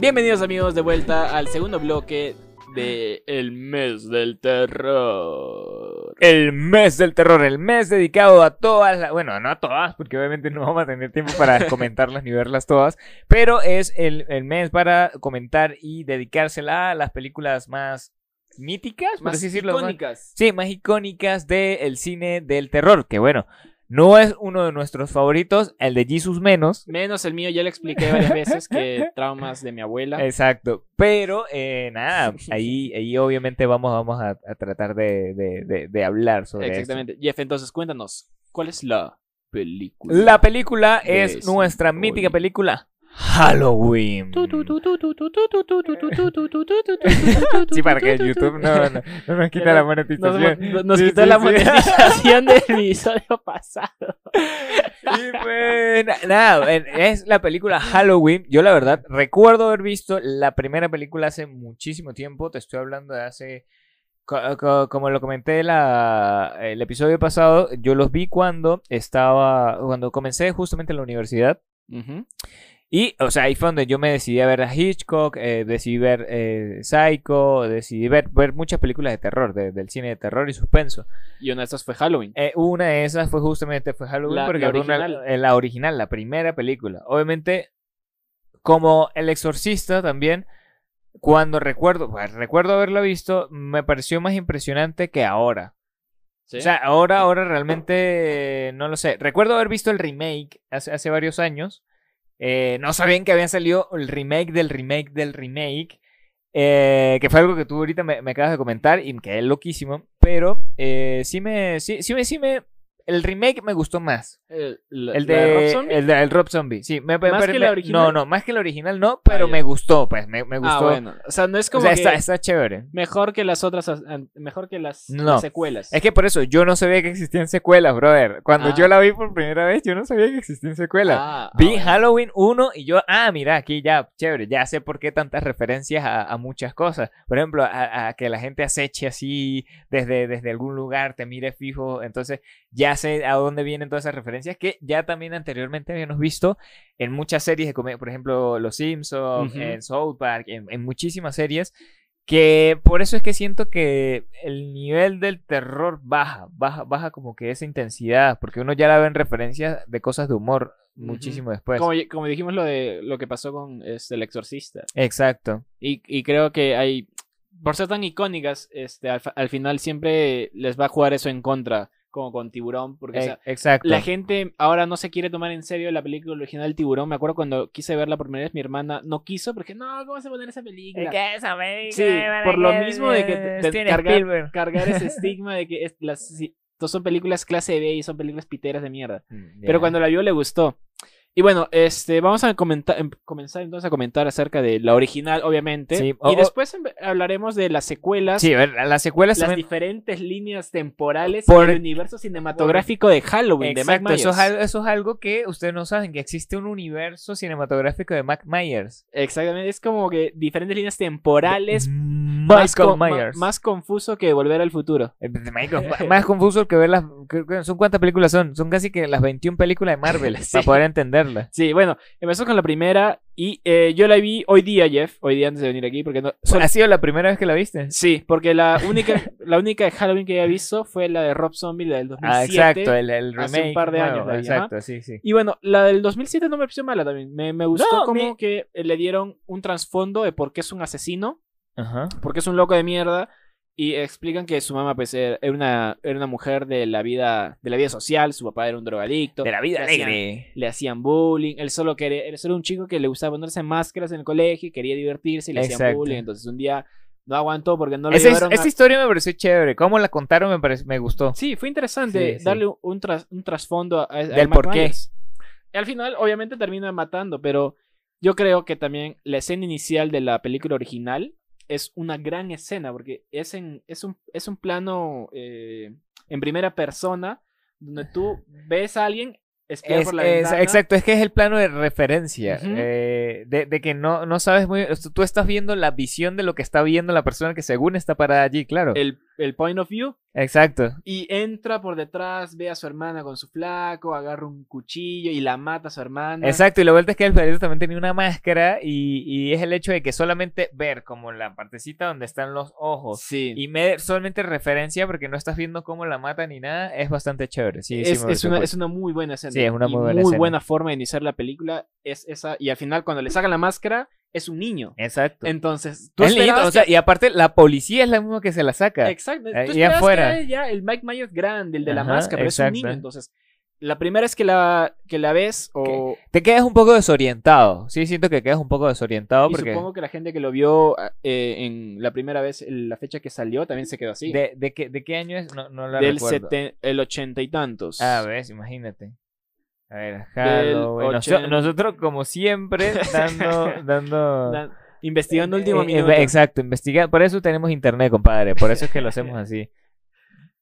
S1: Bienvenidos amigos de vuelta al segundo bloque de El mes del terror.
S2: El mes del terror, el mes dedicado a todas, las, bueno, no a todas, porque obviamente no vamos a tener tiempo
S1: <laughs>
S2: para comentarlas ni verlas todas, pero es el, el mes para comentar y dedicársela a las películas más míticas, por
S1: Más
S2: así decirlo, más-
S1: icónicas.
S2: sí, más icónicas del cine del terror, que bueno, no es uno de nuestros favoritos, el de Jesus menos,
S1: Menos el mío, ya le expliqué varias veces que traumas de mi abuela.
S2: Exacto. Pero eh,
S1: <laughs>
S2: nada, ahí, ahí obviamente vamos, vamos a, a tratar de, de- de- de hablar sobre esto.
S1: Exactamente. Jeff, entonces cuéntanos, ¿cuál es la película?
S2: La película
S1: De
S2: es nuestra
S1: Halloween.
S2: mítica película Halloween. Sí, para que YouTube no, no- no nos quita la
S1: Nos,
S2: monetización.
S1: mo- nos
S2: Sí,
S1: quitó
S2: sí,
S1: la
S2: sí.
S1: <laughs>
S2: <laughs>
S1: monetización del episodio pasado.
S2: Y pues, na- nada, en- es la película Halloween. Yo la verdad recuerdo haber visto la primera película hace muchísimo tiempo. Te estoy hablando de hace... co- co- Como lo comenté la, el episodio pasado, yo los vi cuando estaba, cuando comencé justamente en la universidad. Y, o sea, ahí fue donde yo me decidí a ver a Hitchcock, eh, decidí ver eh, Psycho, decidí ver, ver muchas películas de terror, de- del cine de terror y suspenso.
S1: Y una de estas fue Halloween.
S2: Eh, una de esas fue justamente fue Halloween,
S1: La-
S2: porque
S1: la
S2: fue una-
S1: original.
S2: eh, la original, la primera película. Obviamente, como El Exorcista también, cuando recuerdo, pues, recuerdo haberla visto, me pareció más impresionante que ahora.
S1: ¿Sí?
S2: O sea, ahora, ahora realmente eh, no lo sé. Recuerdo haber visto el remake hace, hace varios años. Eh, no sabían que había salido el remake del remake del remake. eh, que fue algo que tú ahorita me, me acabas de comentar y me quedé loquísimo. Pero eh, sí me. Sí, sí me, sí me el remake me gustó más.
S1: El, Eh, la-
S2: El
S1: la
S2: de
S1: Rob Zombie.
S2: El, de- el Rob Zombie, sí. Me,
S1: ¿Más
S2: pero
S1: que
S2: me-
S1: la original? Ah,
S2: No, no, más que el original no, pero
S1: ya.
S2: me gustó, pues, me, me gustó.
S1: Ah, bueno. O sea, no es
S2: O
S1: como
S2: sea,
S1: que
S2: está, está chévere.
S1: mejor que las otras, an- mejor que las,
S2: No.
S1: las secuelas.
S2: Es que por eso yo no sabía que existían secuelas, brother. Cuando
S1: Ah.
S2: yo la vi por primera vez, yo no sabía que existían secuelas.
S1: Ah, ah,
S2: Vi
S1: bueno.
S2: Halloween 1 y yo, ah, mira, aquí ya, chévere, ya sé por qué tantas referencias a, a muchas cosas. Por ejemplo, a, a que la gente aceche así desde, desde algún lugar, te mire fijo. Entonces, ya sé a dónde vienen todas esas referencias que ya también anteriormente habíamos visto en muchas series de comedia, por ejemplo, Los Simpsons,
S1: Ujú.
S2: en South Park, en, en muchísimas series. Que por eso es que siento que el nivel del terror baja, baja, baja como que esa intensidad, porque uno ya la ve en referencias de cosas de humor
S1: Ujú.
S2: muchísimo después.
S1: Como, como dijimos lo de lo que pasó con este, el exorcista.
S2: Exacto.
S1: Y, y creo que hay, por ser tan icónicas, este, al, fa- al final siempre les va a jugar eso en contra, como con Tiburón, porque o
S2: e-
S1: sea,
S2: exacto.
S1: la gente ahora no se quiere tomar en serio la película original Tiburón. Me acuerdo cuando quise verla por primera vez, mi hermana no quiso porque no, ¿cómo se va a poner esa película? Sí, por lo mismo de que te- te carga- <laughs> Cargar ese estigma de que es- las si- todas son películas clase B y son películas piteras de mierda.
S2: Mm,
S1: Pero cuando la vio le gustó. Y bueno, este, vamos a comentar, em- comenzar entonces a comentar acerca de la original, obviamente.
S2: Sí,
S1: y
S2: o-
S1: después em- hablaremos de las secuelas,
S2: Sí, a ver, las secuelas
S1: las
S2: también-
S1: diferentes líneas temporales
S2: Por-
S1: y el universo cinematográfico de Halloween de
S2: Exacto,
S1: Mike
S2: eso es,
S1: Myers.
S2: al- eso es algo que ustedes no saben, que existe un universo cinematográfico de Mac Myers.
S1: Exactamente, es como que diferentes líneas temporales. más
S2: Michael
S1: con- ma-
S2: Myers.
S1: más confuso que Volver al Futuro.
S2: Eh, de Michael- ma- más confuso que ver las... que- que- ¿Son cuántas películas son? Son casi que las 21 películas de Marvel,
S1: <laughs> Sí.
S2: para poder entenderlas.
S1: Sí, bueno, empezó con la primera y eh, yo la vi hoy día, Jeff, hoy día antes de venir aquí, porque no... sol-
S2: ¿Ha sido la primera vez que la
S1: <laughs>
S2: viste?
S1: sí, porque
S2: <laughs>
S1: la única, la única de Halloween que había visto fue la de Rob Zombie, la del 2007.
S2: Ah, exacto, el, el remake.
S1: hace un par de
S2: nuevo,
S1: años la vi, ajá.
S2: Exacto, sí, sí.
S1: Y bueno, la del 2007 no me pareció mala también. Me, me gustó
S2: No,
S1: como
S2: mi-
S1: que eh, le dieron un trasfondo de por qué es un asesino,
S2: Ajá.
S1: por qué es un loco de mierda. Y explican que su mamá pues era era una, era una mujer de la vida de la vida social, su papá era un drogadicto.
S2: De la vida
S1: le hacían-
S2: alegre.
S1: le hacían bullying, él solo quería, él solo era un chico que le gustaba ponerse máscaras en el colegio, y quería divertirse y le hacían
S2: Exacto.
S1: bullying, entonces un día no aguantó porque no lo
S2: Esa,
S1: llevaron
S2: esa
S1: a-
S2: historia me pareció chévere. Cómo la contaron me, parec- me gustó.
S1: Sí, fue interesante
S2: Sí, sí.
S1: darle un- un, tras- un trasfondo a, a- a
S2: Del
S1: Mike
S2: por qué.
S1: Myers. Al final obviamente termina matando, pero yo creo que también la escena inicial de la película original es una gran escena porque es en es un es un plano eh, en primera persona donde tú ves a alguien espiar
S2: Es-
S1: por la
S2: es-
S1: ventana.
S2: exacto, es que es el plano de referencia.
S1: Ujú.
S2: eh, de, de que no, no sabes muy o sea, Tú estás viendo la visión de lo que está viendo la persona que según está parada allí, claro.
S1: El, el point of view
S2: Exacto.
S1: Y entra por detrás, ve a su hermana con su flaco, agarra un cuchillo y la mata a su hermana.
S2: Exacto, y la vuelta es que el perrito también tenía una máscara y, y es el hecho de que solamente ver como la partecita donde están los ojos
S1: Sí.
S2: y me, solamente referencia porque no estás viendo cómo la mata ni nada, es bastante chévere. Sí,
S1: es,
S2: sí me
S1: es
S2: pareció
S1: una,
S2: cool.
S1: es una muy buena escena.
S2: Sí, es una
S1: y
S2: muy buena escena.
S1: forma de iniciar la película. Es esa, y al final, cuando le sacan la máscara, es un niño.
S2: Exacto.
S1: Entonces,
S2: Es lindo,
S1: esperabas
S2: o sea, y aparte la policía es la misma que se la saca.
S1: que- Exacto.
S2: ahí
S1: Tú esperabas
S2: afuera.
S1: que era ya el Mike Myers grande, el de la
S2: Ajá,
S1: máscara, pero es un niño.
S2: exacto.
S1: Entonces, la primera es que la, que la ves o...
S2: Te quedas un poco desorientado. Sí, siento que quedas un poco desorientado
S1: y
S2: porque
S1: supongo que la gente que lo vio eh, en la primera vez, en la fecha que salió, también se quedó así.
S2: de, de qué, de qué año es no, no la
S1: del
S2: recuerdo. Ah,
S1: seten- el ochenta y tantos.
S2: A ver, imagínate. A ver,
S1: Del
S2: Halloween. Noso-
S1: ochen-
S2: Nosotros
S1: <laughs>
S2: como siempre dando dando
S1: Na- investigando
S2: Eh,
S1: último
S2: eh,
S1: minuto.
S2: Exacto, investigar, por eso tenemos internet, compadre, por eso es que
S1: <laughs>
S2: lo hacemos así.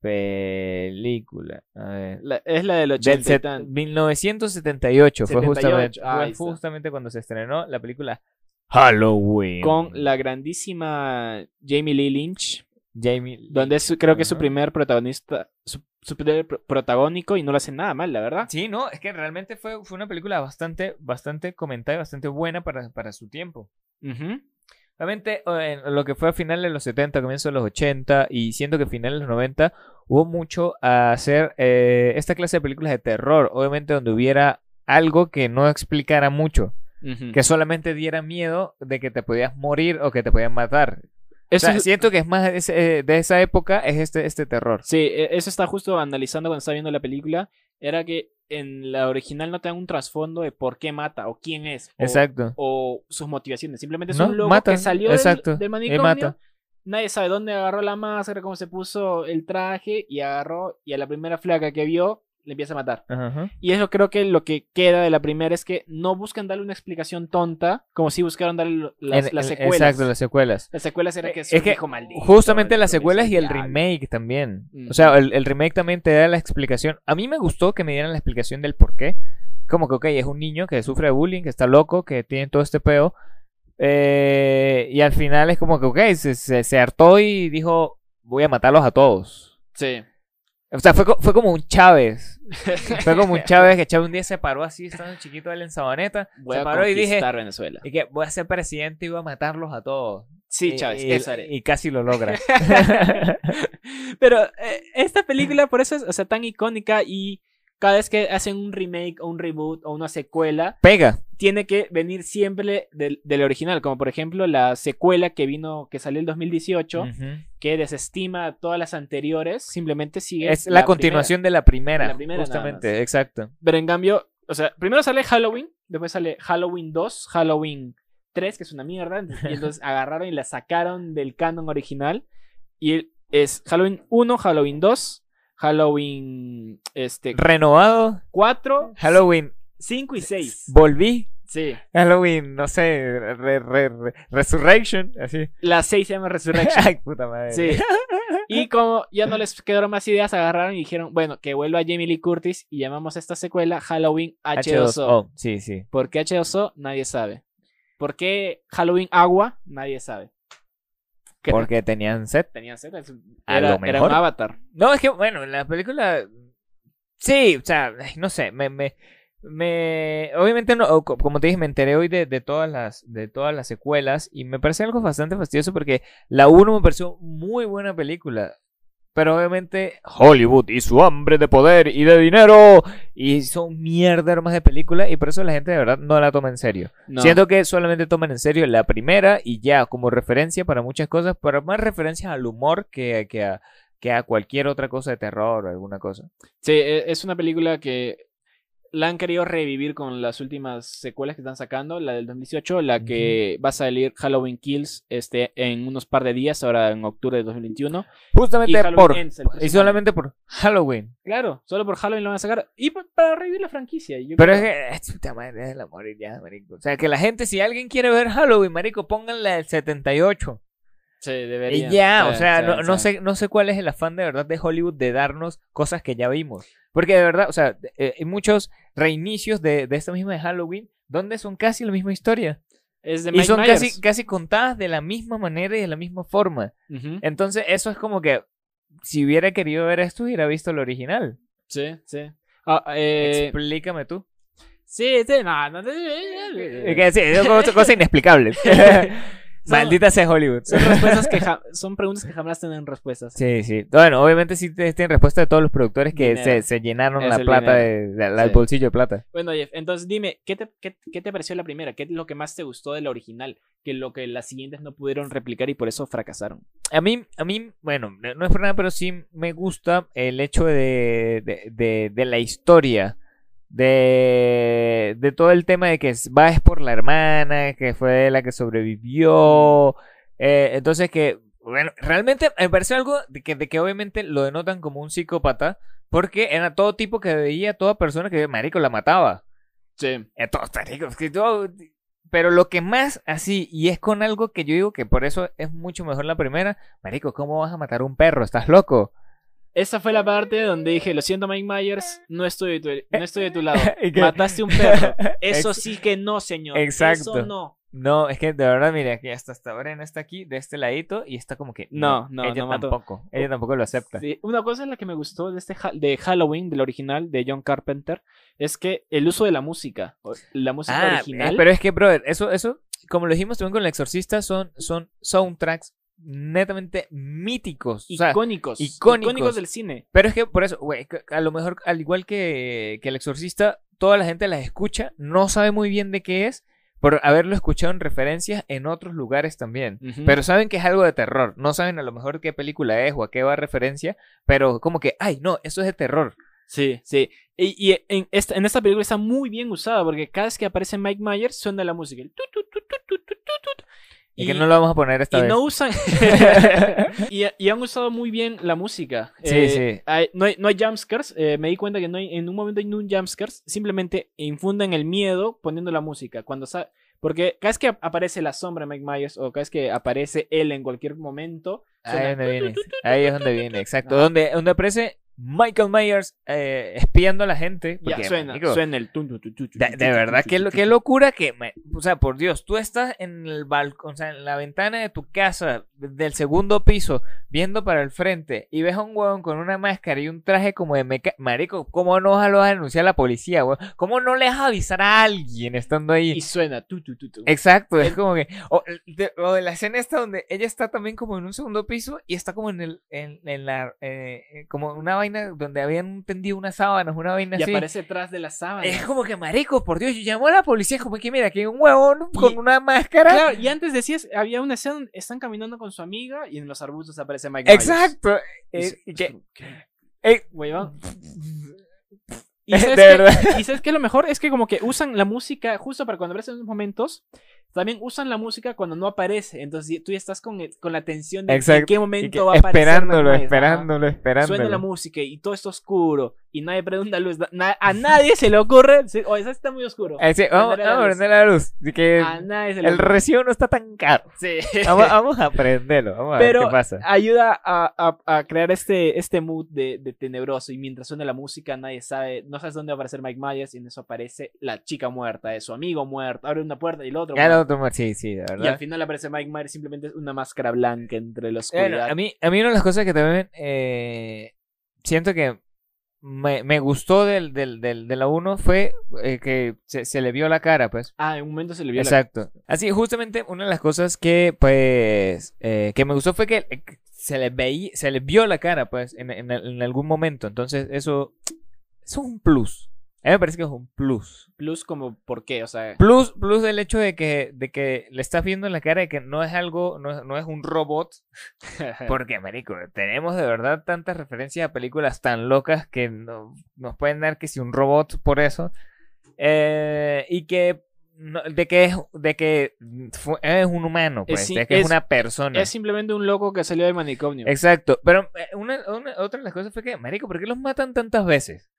S2: Película. A ver.
S1: La- es la del
S2: Del
S1: ochenta y
S2: set-
S1: tantos.
S2: 1978 fue
S1: 78,
S2: justamente,
S1: ah,
S2: fue
S1: ahí está.
S2: justamente cuando se estrenó la película Halloween
S1: Con la grandísima Jamie Lee Lynch,
S2: Jamie Lee.
S1: donde es su- creo que es su
S2: Ajá.
S1: primer protagonista, su, su primer pro- protagónico y no lo hace nada mal, la verdad.
S2: Sí, no, es que realmente fue, fue una película bastante bastante comentada y bastante buena para, para su tiempo.
S1: Ujú.
S2: Realmente eh, en lo que fue a finales de los 70, comienzo de los 80 y siento que a finales de los 90 hubo mucho a hacer eh, esta clase de películas de terror, obviamente donde hubiera algo que no explicara mucho,
S1: Ujú.
S2: que solamente diera miedo de que te podías morir o que te podían matar. O
S1: Eso
S2: sea,
S1: es-
S2: siento que es más de, ese- eh, de esa época es este, este terror.
S1: Sí, e- eso está justo analizando cuando estaba viendo la película. Era que en la original no te dan un trasfondo de por qué mata o quién es. o-
S2: Exacto.
S1: o sus motivaciones. Simplemente es
S2: No,
S1: un loco
S2: mata,
S1: que salió del-
S2: exacto,
S1: del,
S2: y
S1: manicomio.
S2: mata.
S1: Nadie sabe dónde agarró la máscara, cómo se puso el traje y agarró y a la primera flaca que vio le empieza a matar.
S2: Ajá.
S1: Y eso creo que lo que queda de la primera es que no buscan darle una explicación tonta, como si buscaron darle lo- las,
S2: En-
S1: las
S2: en-
S1: secuelas.
S2: Exacto, las secuelas.
S1: Las secuelas era que
S2: Eh, Es
S1: su
S2: que
S1: hijo maldito,
S2: Justamente
S1: el
S2: las
S1: hijo
S2: secuelas y el
S1: insoportable.
S2: remake también.
S1: Mm.
S2: O sea, el, el remake también te da la explicación. A mí me gustó que me dieran la explicación del por qué. Como que, ok, es un niño que sufre de bullying, que está loco, que tiene todo este peo. Eh, y al final es como que, ok, se, se, se hartó y dijo, voy a matarlos a todos.
S1: Sí.
S2: O sea, fue, co- fue como un Chávez.
S1: <laughs>
S2: Fue como un Chávez que Chávez un día se paró así, estando chiquito él en Sabaneta.
S1: Voy
S2: se
S1: a
S2: paró y dije,
S1: conquistar Venezuela.
S2: y que voy a ser presidente y voy a matarlos a todos.
S1: Sí,
S2: Y-
S1: Chávez,
S2: y,
S1: eso haré.
S2: y casi
S1: <laughs>
S2: lo logra. <laughs>
S1: Pero eh, esta película por eso es o sea, tan icónica y cada vez que hacen un remake o un reboot o una secuela,
S2: Pega.
S1: tiene que venir siempre del, del original, como por ejemplo la secuela que vino, que salió en 2018,
S2: Ujú.
S1: que desestima a todas las anteriores, simplemente sigue.
S2: Es la,
S1: primera.
S2: continuación de la primera.
S1: De la primera nada
S2: justamente, exacto.
S1: Pero en cambio, o sea, primero sale Halloween, después sale Halloween 2, Halloween 3, que es una mierda. Y entonces agarraron y la sacaron del canon original. Y el- es Halloween 1, Halloween 2, Halloween este,
S2: Renovado,
S1: 4,
S2: Halloween,
S1: 5 y 6.
S2: volví.
S1: Sí.
S2: Halloween, no sé, re- re- re- Resurrection, así.
S1: La 6 se llama
S2: <laughs>
S1: Resurrection.
S2: Ay, puta madre. <laughs>
S1: Sí. Y como ya no les quedaron más ideas, agarraron y dijeron, bueno, que vuelva Jamie Lee Curtis y llamamos a esta secuela Halloween H2O.
S2: H2O. Sí, sí.
S1: ¿Por qué H2O? Nadie sabe. ¿Por qué Halloween agua? Nadie sabe. Que
S2: Porque tenían set.
S1: tenían sed, es-
S2: A
S1: Era,
S2: lo
S1: era
S2: mejor.
S1: un avatar.
S2: No, es que, bueno, en la película. Sí, o sea, ay, no sé, me. me... me- obviamente no, o co- como te dije, me enteré hoy de, de todas las, de todas las secuelas y me parece algo bastante fastidioso porque la 1 me pareció muy buena película, pero obviamente Hollywood y su hambre de poder y de dinero y son mierda armas de película y por eso la gente de verdad no la toma en serio.
S1: No.
S2: Siento que solamente toman en serio la primera y ya como referencia para muchas cosas, pero más referencias al humor que, que, a, que a cualquier otra cosa de terror o alguna cosa.
S1: Sí, e- es una película que la han querido revivir con las últimas secuelas que están sacando, la del 2018, la que va a salir Halloween Kills este, en unos par de días, ahora en octubre de 2021. Y
S2: Justamente
S1: Halloween
S2: por...
S1: Ends el próximo
S2: Y
S1: año.
S2: solamente por Halloween.
S1: Claro, solo por Halloween lo van a sacar y pa- para revivir la franquicia. yo
S2: Pero es
S1: creo.
S2: que... es puta madre, es la morir ya, marico. O sea, que la gente, si alguien quiere ver Halloween, marico, pónganla del 78.
S1: Sí,
S2: Y
S1: debería.
S2: ya, o
S1: Sí,
S2: sea,
S1: Eh, sí,
S2: no, no
S1: sí.
S2: sé, no sé cuál es el afán de verdad de Hollywood de darnos cosas que ya vimos. Porque de verdad, o sea, de- eh, hay muchos reinicios de, de esta misma de Halloween, donde son casi la misma historia.
S1: Es de
S2: Y
S1: Mike
S2: son
S1: Myers.
S2: casi, casi contadas de la misma manera y de la misma forma.
S1: Ujú,
S2: Entonces, eso es como que si hubiera querido ver esto, hubiera visto el original.
S1: Sí, sí. Ah, eh,
S2: Explícame tú.
S1: Sí, sí, no, no, no, no, no,
S2: Es
S1: no.
S2: que sí, es cosa,
S1: <laughs>
S2: cosa inexplicable. <laughs> Maldita sea Hollywood.
S1: Son respuestas que
S2: <laughs>
S1: ja- son preguntas que jamás tienen respuestas.
S2: Sí, sí. Bueno, obviamente sí te- tienen respuesta de todos los productores que
S1: Dinero.
S2: se, se llenaron
S1: Es
S2: la
S1: el
S2: plata, de, la- la- el
S1: Sí.
S2: bolsillo de plata.
S1: Bueno, Jeff, entonces dime, ¿qué te, qué, qué te pareció la primera? ¿Qué es lo que más te gustó de la original? Que lo que las siguientes no pudieron replicar y por eso fracasaron.
S2: A mí, a mí, bueno, no no es por nada, pero sí me gusta el hecho de, de, de- de la historia. De, de todo el tema de que es- va es por la hermana, que fue la que sobrevivió. eh, entonces que, bueno, realmente me pareció algo de que, de que obviamente lo denotan como un psicópata, porque era todo tipo que veía, toda persona que, marico, la mataba.
S1: Sí.
S2: A Eh, todos tan ricos, que todo- Pero lo que más así, y es con algo que yo digo que por eso es mucho mejor la primera, Marico, ¿cómo vas a matar a un perro? ¿Estás
S1: <laughs>
S2: loco?
S1: Esa fue la parte donde dije, lo siento Mike Myers, no estoy de tu, no estoy de tu
S2: <laughs>
S1: lado.
S2: Y que-
S1: Mataste un perro.
S2: <laughs>
S1: Eso
S2: Ex-
S1: sí que no, señor.
S2: Exacto.
S1: Eso no.
S2: No, es que de verdad, mira, que hasta, hasta Bren está aquí, de este ladito, y está como que...
S1: No, no,
S2: ella
S1: no mató.
S2: tampoco, ella tampoco lo acepta.
S1: Sí, una cosa es la que me gustó de este ha- de Halloween, del original, de John Carpenter, es que el uso de la música. o- La música
S2: Ah,
S1: original.
S2: eh, pero es que, brother, eso, eso, como lo dijimos también con el exorcista, son, son soundtracks netamente míticos. O sea,
S1: icónicos,
S2: icónicos.
S1: del cine.
S2: Pero es que por eso, güey, que- a lo mejor, al igual que, que El Exorcista, toda la gente las escucha, no sabe muy bien de qué es, por haberlo escuchado en referencias en otros lugares también. Pero saben que es algo de terror, no saben a lo mejor qué película es o a qué va referencia, pero como que, ay, no, eso es de terror.
S1: sí, sí. Y, y en, esta, en esta película está muy bien usada porque cada vez que aparece Mike Myers suena la música. el tu, tu, tu, tu, tu, tu, tu, tu.
S2: Y, que no lo vamos a poner esta
S1: y
S2: vez.
S1: no usan. <laughs> y, y han usado muy bien la música.
S2: Sí,
S1: Eh,
S2: sí.
S1: hay- no, hay, no hay jumpscares. eh, me di cuenta que no hay, en un momento hay un jumpscares. Simplemente infunden el miedo poniendo la música. Cuando sa- Porque cada vez que aparece la sombra de Mike Myers o cada vez que aparece él en cualquier momento.
S2: Ahí es
S1: suena-
S2: donde viene. Ahí es donde viene, exacto.
S1: Ajá.
S2: Donde, donde aparece Michael Myers eh, espiando a la gente.
S1: Ya,
S2: porque,
S1: suena,
S2: marico,
S1: suena el. tun, tun, tun, tun, tun,
S2: De,
S1: tun,
S2: de
S1: tun,
S2: verdad,
S1: tun,
S2: qué,
S1: tun,
S2: lo-
S1: tun,
S2: qué
S1: tun.
S2: locura que... me- o sea, por Dios, tú estás en el balcón, o sea, en la ventana de tu casa, del segundo piso, viendo para el frente, y ves a un huevón con una máscara y un traje como de meca... Marico, ¿cómo no lo vas a denunciar a la policía, huevón? ¿Cómo no le vas a avisar a alguien estando ahí?
S1: Y suena. tu, tu, tu, tu.
S2: Eh, Exacto, es como que. O de, o de la escena esta donde ella está también como en un segundo piso y está como en el. En, en la. eh, eh, como una vaina donde habían tendido unas sábanas, una vaina
S1: Y
S2: así.
S1: aparece detrás de la sábana.
S2: Es como que marico, por Dios, yo llamó a la policía, como que mira, que hay un huevón
S1: Y-
S2: con una máscara.
S1: Claro, y antes decías, había una escena, donde están caminando con su amiga y en los arbustos aparece Mike Myers.
S2: Exacto.
S1: Y
S2: Eh,
S1: se-
S2: y que-
S1: Eh,
S2: eh, <laughs>
S1: huevón. Y
S2: De
S1: sabes que-
S2: verdad.
S1: Y sabes que lo mejor es que como que usan la música justo para cuando aparecen los momentos. También usan la música cuando no aparece. Entonces tú ya estás con, el- con la tensión de en
S2: Exacto,
S1: qué
S2: y que
S1: momento va a aparecer.
S2: esperándolo,
S1: Mike Myers,
S2: esperándolo,
S1: ajá.
S2: esperándolo.
S1: Suena la música y todo está oscuro. Y nadie prende luz. na- a nadie se le ocurre. se- O esa está muy oscuro.
S2: Así, Ah, vamos,
S1: Prenderé la
S2: vamos a
S1: luz.
S2: prender la luz. Así que
S1: A nadie se le
S2: el
S1: ocurre.
S2: recibo no está tan <laughs> caro.
S1: <laughs> Sí.
S2: Vamos, vamos a prenderlo, vamos a ver
S1: Pero-
S2: qué pasa.
S1: ayuda a, a- a crear este, este mood de, de tenebroso y mientras suena la música nadie sabe, no sabes dónde va a aparecer Mike Myers y en eso aparece la chica muerta, de su amigo muerto, abre una puerta y el otro
S2: Ya
S1: muerto.
S2: lo tomo, sí, sí, de
S1: y al
S2: verdad.
S1: final aparece Mike Myers simplemente es una máscara blanca entre la oscuridad.
S2: Bueno, a mí, a mí una de las cosas que también eh, siento que me, me gustó del, del, del- de la 1 fue eh, que se, se le vio la cara, pues.
S1: Ah, en un momento se le vio la-
S2: Exacto. Así, justamente una de las cosas que, pues, eh, que me gustó fue que eh, se le veía, se le vio la cara, pues, en, en- en algún momento. Entonces, eso, eso es un plus. A mí me parece que es un plus.
S1: plus como por qué, o sea,
S2: Plus, plus el hecho de que, de que le estás viendo en la cara de que no es algo, no es- no es un robot,
S1: <laughs>
S2: porque, marico, tenemos de verdad tantas referencias a películas tan locas que no- nos pueden dar que si un robot por eso. Eh, y que no- de que es de que fu- es un humano, pues,
S1: sí-
S2: de que es,
S1: es-
S2: una persona.
S1: es simplemente un loco que salió del manicomio.
S2: Exacto. Pero eh, una, una- otra de las cosas fue que, marico, ¿por qué los matan tantas veces?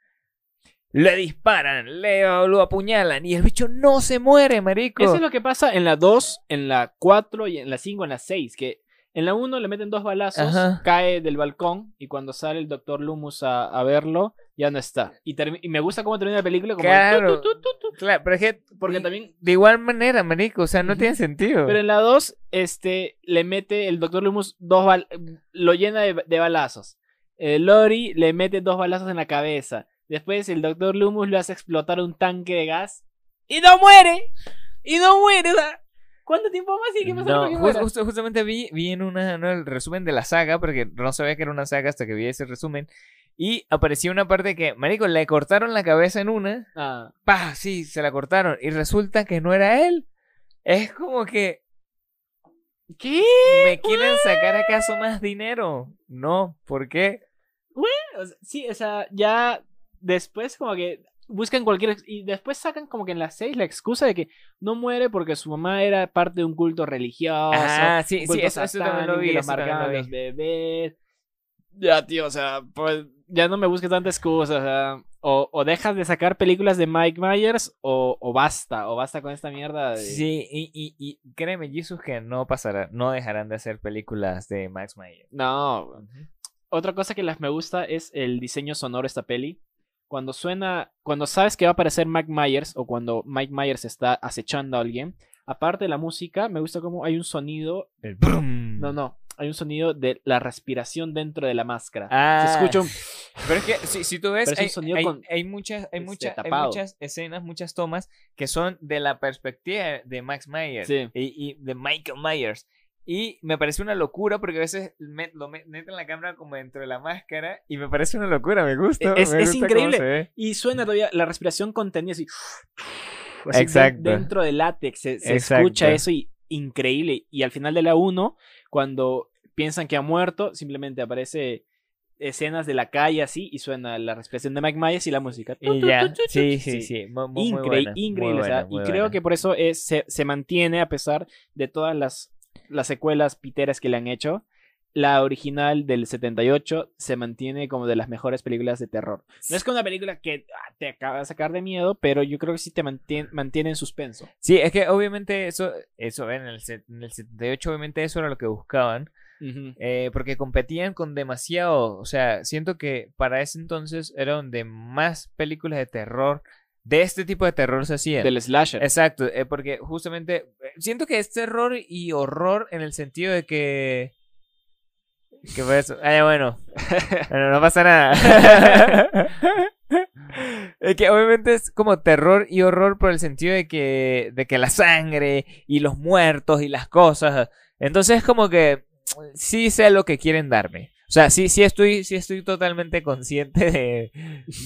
S2: Le disparan, le lo apuñalan y el bicho no se muere, marico.
S1: Eso es lo que pasa en la 2, en la 4 y en la 5, en la 6, que en la 1 le meten dos balazos,
S2: Ajá.
S1: cae del balcón y cuando sale el doctor Loomis a, a verlo, ya no está. Y, termi- y me gusta cómo termina la película como
S2: Claro.
S1: tu, tu, tu, tu, tu,
S2: Claro, pero es que
S1: porque también
S2: de igual manera, marico, o sea, no
S1: Ujú.
S2: tiene sentido.
S1: pero en la 2 este le mete el doctor Loomis dos bal- lo llena de, de balazos. Eh, Lori le mete dos balazos en la cabeza. Después el doctor Loomis lo hace explotar un tanque de gas y no muere. Y no muere, o sea, ¿cuánto tiempo más <laughs> tiene que pasar
S2: No,
S1: para que
S2: jus-
S1: muera?
S2: justo- justamente vi, vi en una, ¿no? el resumen de la saga, porque no sabía que era una saga hasta que vi ese resumen. Y apareció una parte que, marico, le cortaron la cabeza en una.
S1: Ah,
S2: ¡Pah! Sí, se la cortaron. Y resulta que no era él. Es como que
S1: ¿Qué?
S2: me quieren sacar acaso más dinero. No, ¿por qué?
S1: O sea, sí, o sea, ya después como que buscan cualquier... ex- Y después sacan como que en las seis la excusa de que no muere porque su mamá era parte de un culto religioso.
S2: Ah, sí,
S1: un
S2: sí,
S1: culto
S2: eso, eso también lo
S1: satánico, y
S2: vi.
S1: los
S2: eso también
S1: marcaban
S2: lo vi.
S1: los bebés. Ya, tío, o sea, pues ya no me busques tantas excusas. O, sea, o, o dejas de sacar películas de Mike Myers o, o basta, o basta con esta mierda. De...
S2: Sí, y, y, y créeme, Jesus, que no pasará, no dejarán de hacer películas de Max Mayer.
S1: No, otra cosa que las me gusta es el diseño sonoro de esta peli. Cuando suena, cuando sabes que va a aparecer Mike Myers o cuando Mike Myers está acechando a alguien, aparte de la música, me gusta cómo hay un sonido,
S2: El brum.
S1: no, no, hay un sonido de la respiración dentro de la máscara.
S2: Ah.
S1: Se escucha un...
S2: Pero es que si, si tú ves,
S1: Pero es un
S2: hay,
S1: sonido
S2: hay-
S1: con-
S2: hay muchas,
S1: este,
S2: hay, muchas, hay
S1: tapado.
S2: muchas escenas, muchas tomas que son de la perspectiva de Max Myers
S1: Sí.
S2: y, y de Michael Myers. Y me parece una locura porque a veces me- lo me- meten la cámara como dentro de la máscara y me parece una locura, me gusta.
S1: E-, Es-
S2: me
S1: es
S2: gusta cómo
S1: increíble.
S2: se ve.
S1: Y suena todavía la respiración contenida así. así de-
S2: Exacto.
S1: Dentro del látex se, se
S2: Exacto.
S1: escucha eso y increíble. Y al final de la 1, cuando piensan que ha muerto, simplemente aparece escenas de la calle así y suena la respiración de Mike Myers y la música. Tu,
S2: Y
S1: tu,
S2: ya,
S1: tu, tu, tu.
S2: sí, sí, sí. mu- mu- muy
S1: Incre-
S2: buena, muy
S1: increíble. o sea,
S2: buena, muy
S1: y creo
S2: buena.
S1: que por eso es- se, se mantiene a pesar de todas las las secuelas piteras que le han hecho, la original del 78 se mantiene como de las mejores películas de terror. No es como una película que ah, te acaba de sacar de miedo, pero yo creo que sí te mantiene, mantiene en suspenso.
S2: Sí, es que obviamente eso, eso en el, set- en el 78 obviamente eso era lo que buscaban,
S1: Ujú.
S2: eh, porque competían con demasiado, o sea, siento que para ese entonces era donde más películas de terror, de este tipo de terror se hacían.
S1: Del slasher.
S2: Exacto, eh, porque justamente eh, siento que es terror y horror en el sentido de que... ¿Qué fue eso? Ah, ya, bueno. Bueno, no pasa nada. Es que obviamente es como terror y horror por el sentido de que, de que la sangre y los muertos y las cosas. Entonces como que sí sé lo que quieren darme. O sea, sí, sí estoy, sí estoy totalmente consciente de,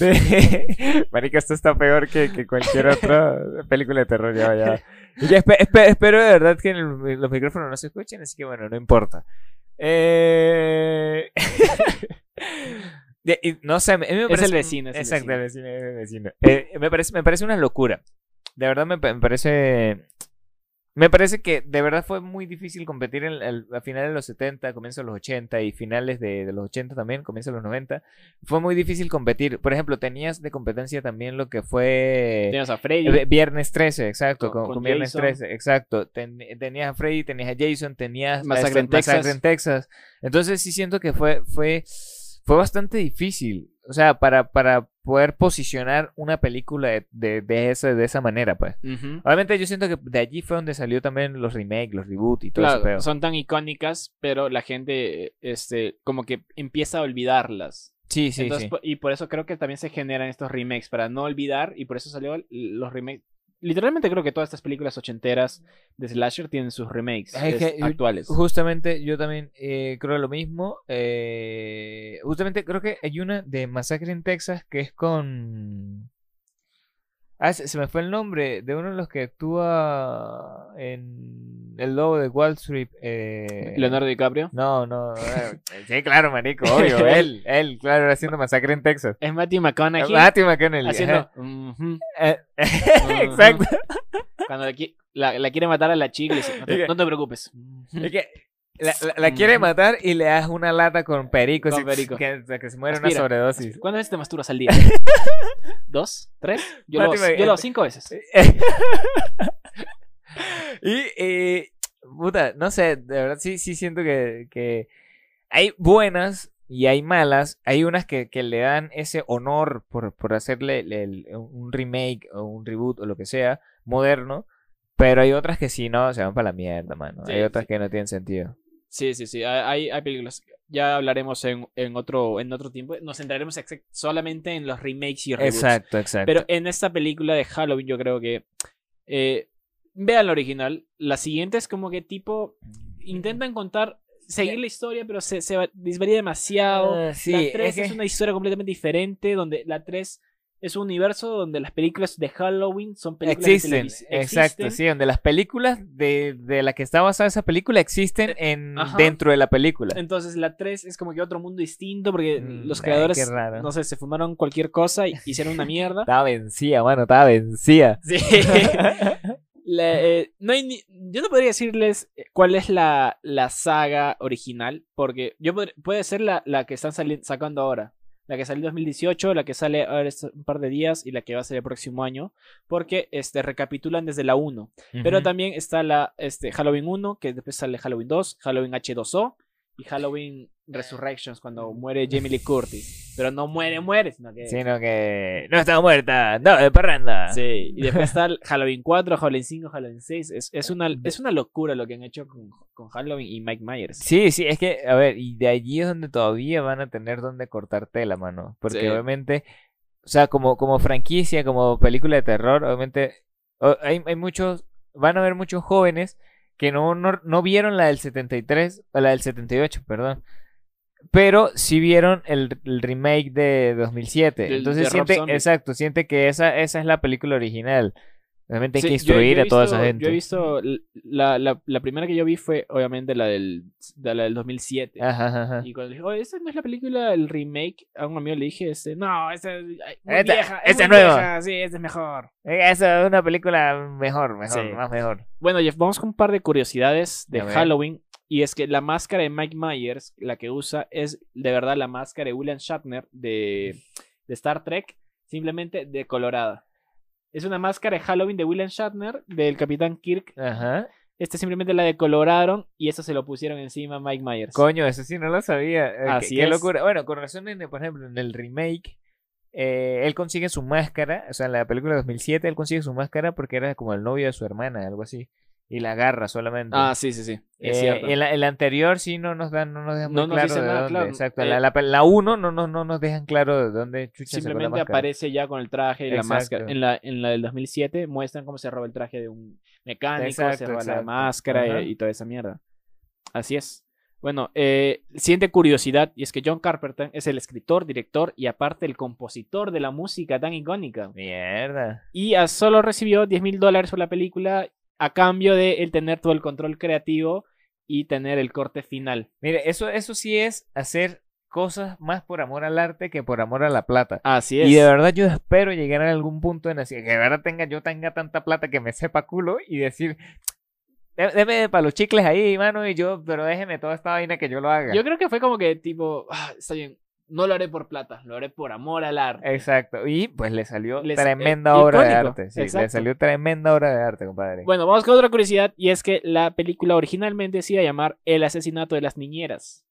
S2: de- <laughs> Marica, esto está peor que, que cualquier otra película de terror. Ya, ya. Y ya espe- espe- espero de verdad que en el- los micrófonos no se escuchen, así que bueno, no importa. Eh... <laughs> de- y no sé, a mí me
S1: Es
S2: parece-
S1: el vecino, es el
S2: exacto, el vecino. es el vecino. Eh, me, parece, me parece una locura. De verdad me, pa- me parece... Me parece que de verdad fue muy difícil competir en, el- a finales de los 70, comienzos de los 80 y finales de, de los 80 también, comienzos de los 90. Fue muy difícil competir. Por ejemplo, tenías de competencia también lo que fue...
S1: Tenías a Freddy.
S2: Eh, Viernes 13, exacto,
S1: Con-
S2: con,
S1: con
S2: con Viernes
S1: Jason.
S2: 13, exacto. Ten- tenías a Freddy, tenías a Jason, tenías a
S1: Masacre
S2: esta-
S1: en Texas.
S2: Masacre en Texas. Entonces sí siento que fue, fue, fue bastante difícil, o sea, para, para poder posicionar una película de, de, de esa, de esa manera, pues.
S1: Ujú.
S2: Obviamente yo siento que de allí fue donde salió también los remakes, los reboots y todo eso.
S1: Claro, son tan icónicas, pero la gente eh, este, como que empieza a olvidarlas.
S2: Sí, sí,
S1: Entonces,
S2: sí.
S1: po- Y por eso creo que también se generan estos remakes, para no olvidar, y por eso salió l- los remakes. Literalmente creo que todas estas películas ochenteras de Slasher tienen sus remakes
S2: Es
S1: es-
S2: que-
S1: actuales.
S2: Justamente yo también eh, creo lo mismo. eh, justamente creo que hay una de Masacre en Texas que es con... Ah, se, se me fue el nombre de uno de los que actúa en El Lobo de Wall Street. eh,
S1: Leonardo DiCaprio.
S2: No, no. eh, sí, claro, marico, <laughs> obvio. él, él, claro, haciendo Masacre en Texas.
S1: Es Matthew McConaughey
S2: Matthew McConaughey.
S1: haciendo...
S2: Ah, ajá.
S1: <laughs> ujú,
S2: Eh, Exacto.
S1: Cuando la, qui- la- la quiere matar a la chica, le dice, no, te,
S2: Ok.
S1: no te preocupes.
S2: Es que la, la- la quiere matar y le das una lata con perico.
S1: Con
S2: así,
S1: perico.
S2: Que, hasta que se muere una
S1: Aspira.
S2: sobredosis.
S1: ¿Cuántas veces te masturbas
S2: <laughs>
S1: al día? ¿Dos? ¿Tres? Yo lo,
S2: Matthew eh,
S1: hago- yo lo hago cinco veces.
S2: <laughs> y, eh, puta, no sé, de verdad sí, sí siento que, que hay buenas y hay malas. Hay unas que, que le dan ese honor por, por hacerle el- el- un remake o un reboot o lo que sea, moderno. Pero hay otras que sí, no, se van para la mierda, mano.
S1: Sí,
S2: hay otras
S1: sí.
S2: que no tienen sentido.
S1: Sí, sí, sí. Hay, hay- hay películas. que Ya hablaremos en, en otro, en otro tiempo. Nos centraremos exac- solamente en los remakes y reboots.
S2: Exacto, exacto.
S1: Pero en esta película de Halloween, yo creo que. eh, vean la original. La siguiente es como que tipo. Intentan contar. Seguir la historia, pero se, se va- disvaría demasiado.
S2: Ah, sí,
S1: la
S2: es
S1: 3 es,
S2: que-
S1: una historia completamente diferente. Donde la 3 es un universo donde las películas de Halloween son películas de
S2: existen,
S1: televis-
S2: exacto,
S1: existen.
S2: sí, donde las películas de, de la que está basada esa película existen en
S1: Eh, ajá.
S2: dentro de la película.
S1: <laughs> Entonces la 3 es como que otro mundo distinto porque
S2: Mm,
S1: los
S2: ay,
S1: creadores,
S2: qué raro.
S1: no sé, se fumaron cualquier cosa y hicieron una
S2: <laughs>
S1: mierda.
S2: Estaba vencida, mano, estaba vencida.
S1: Sí. <laughs>
S2: <laughs>
S1: La, eh, no hay ni- yo no podría decirles eh, cuál es la, la saga original porque yo podr- puede ser la, la que están sali- sacando ahora. La que salió en 2018, la que sale ahora es un par de días y la que va a salir el próximo año, porque este, recapitulan desde la 1. Pero también está la este, Halloween 1, que después sale Halloween 2, Halloween H2O y Halloween Resurrections, cuando muere Jamie Lee Curtis. Pero no muere, muere, sino que... Sí.
S2: Sino que no estaba muerta, no, de parranda.
S1: y después está el Halloween 4, Halloween 5, Halloween 6. Es, es, una, es una locura lo que han hecho con, con Halloween y Mike Myers.
S2: Sí, sí, es que, a ver, y de allí es donde todavía van a tener donde cortar tela, mano. Porque
S1: Sí.
S2: obviamente, o sea, como, como franquicia, como película de terror, obviamente o- hay, hay muchos, van a haber muchos jóvenes que no, no, no vieron la del 73, o la del 78, perdón. Pero sí vieron el, el remake de 2007.
S1: Del-
S2: Entonces
S1: de Rob
S2: siente,
S1: Zombie.
S2: exacto, siente que esa, esa es la película original. Obviamente hay
S1: Sí,
S2: que
S1: yo- yo he
S2: instruir a toda esa
S1: visto-
S2: gente.
S1: Yo he visto. l- La, la, la primera que yo vi fue, obviamente, la del, de la del 2007.
S2: Ajá, ajá, ajá.
S1: Y cuando le dije, oye, ¿esa no es la película, el remake? A un amigo le dije, este, no, esa es ay, muy
S2: Esta-
S1: vieja.
S2: esta
S1: es muy
S2: es nueva".
S1: vieja, sí, esa es mejor.
S2: Eh, Esa es una película mejor, mejor,
S1: Sí.
S2: más mejor.
S1: Bueno, Jeff, vamos con un par de curiosidades de
S2: A ver.
S1: Halloween. Y es que la máscara de Mike Myers, la que usa, es de verdad la máscara de William Shatner de, de Star Trek, simplemente decolorada. Es una máscara de Halloween de William Shatner, del Capitán Kirk.
S2: Ajá.
S1: Este simplemente la decoloraron y eso se lo pusieron encima a Mike Myers.
S2: Coño, eso sí no lo sabía. Eh, qué-
S1: Así
S2: qué,
S1: es.
S2: locura. Bueno, con razón, en- por ejemplo, en el remake, eh, él consigue su máscara. O sea, en la película de 2007, él consigue su máscara porque era como el novio de su hermana, algo así. Y la agarra solamente.
S1: Ah, sí, sí, sí. Es
S2: Eh,
S1: cierto.
S2: el, el anterior sí no nos dan, no nos dejan
S1: No
S2: muy
S1: nos
S2: claro
S1: dicen
S2: de
S1: nada,
S2: dónde,
S1: claro.
S2: exacto.
S1: Eh,
S2: la, la, la uno no, no, no nos dejan claro de dónde chucha sacó la
S1: Simplemente
S2: máscara.
S1: aparece ya con el traje y la
S2: Exacto.
S1: máscara. En la, en la del 2007 muestran cómo se roba el traje de un mecánico, se
S2: Exacto,
S1: roba la
S2: exacto.
S1: máscara
S2: Ajá.
S1: y, y toda esa mierda. Así es. Bueno, eh, siguiente curiosidad, y es que John Carpenter es el escritor, director y aparte el compositor de la música tan icónica.
S2: Mierda.
S1: Y a- solo recibió 10 mil dólares por la película a cambio de él tener todo el control creativo y tener el corte final.
S2: Mire, eso, eso sí es hacer cosas más por amor al arte que por amor a la plata.
S1: Así es.
S2: Y de verdad yo espero llegar a algún punto en así, que de verdad tenga, yo tenga tanta plata que me sepa culo y decir, "Dé- deme para los chicles ahí, mano, y yo, pero déjeme toda esta vaina que yo lo haga.
S1: Yo creo que fue como que tipo, "Ah, está bien, no lo haré por plata, lo haré por amor al arte.
S2: Exacto. Y pues le salió
S1: Les-
S2: tremenda
S1: eh,
S2: obra de
S1: icónico,
S2: arte. Sí, le
S1: exacto.
S2: salió tremenda obra de arte, compadre.
S1: Bueno, vamos con otra curiosidad y es que la película originalmente se iba a llamar El asesinato de las niñeras.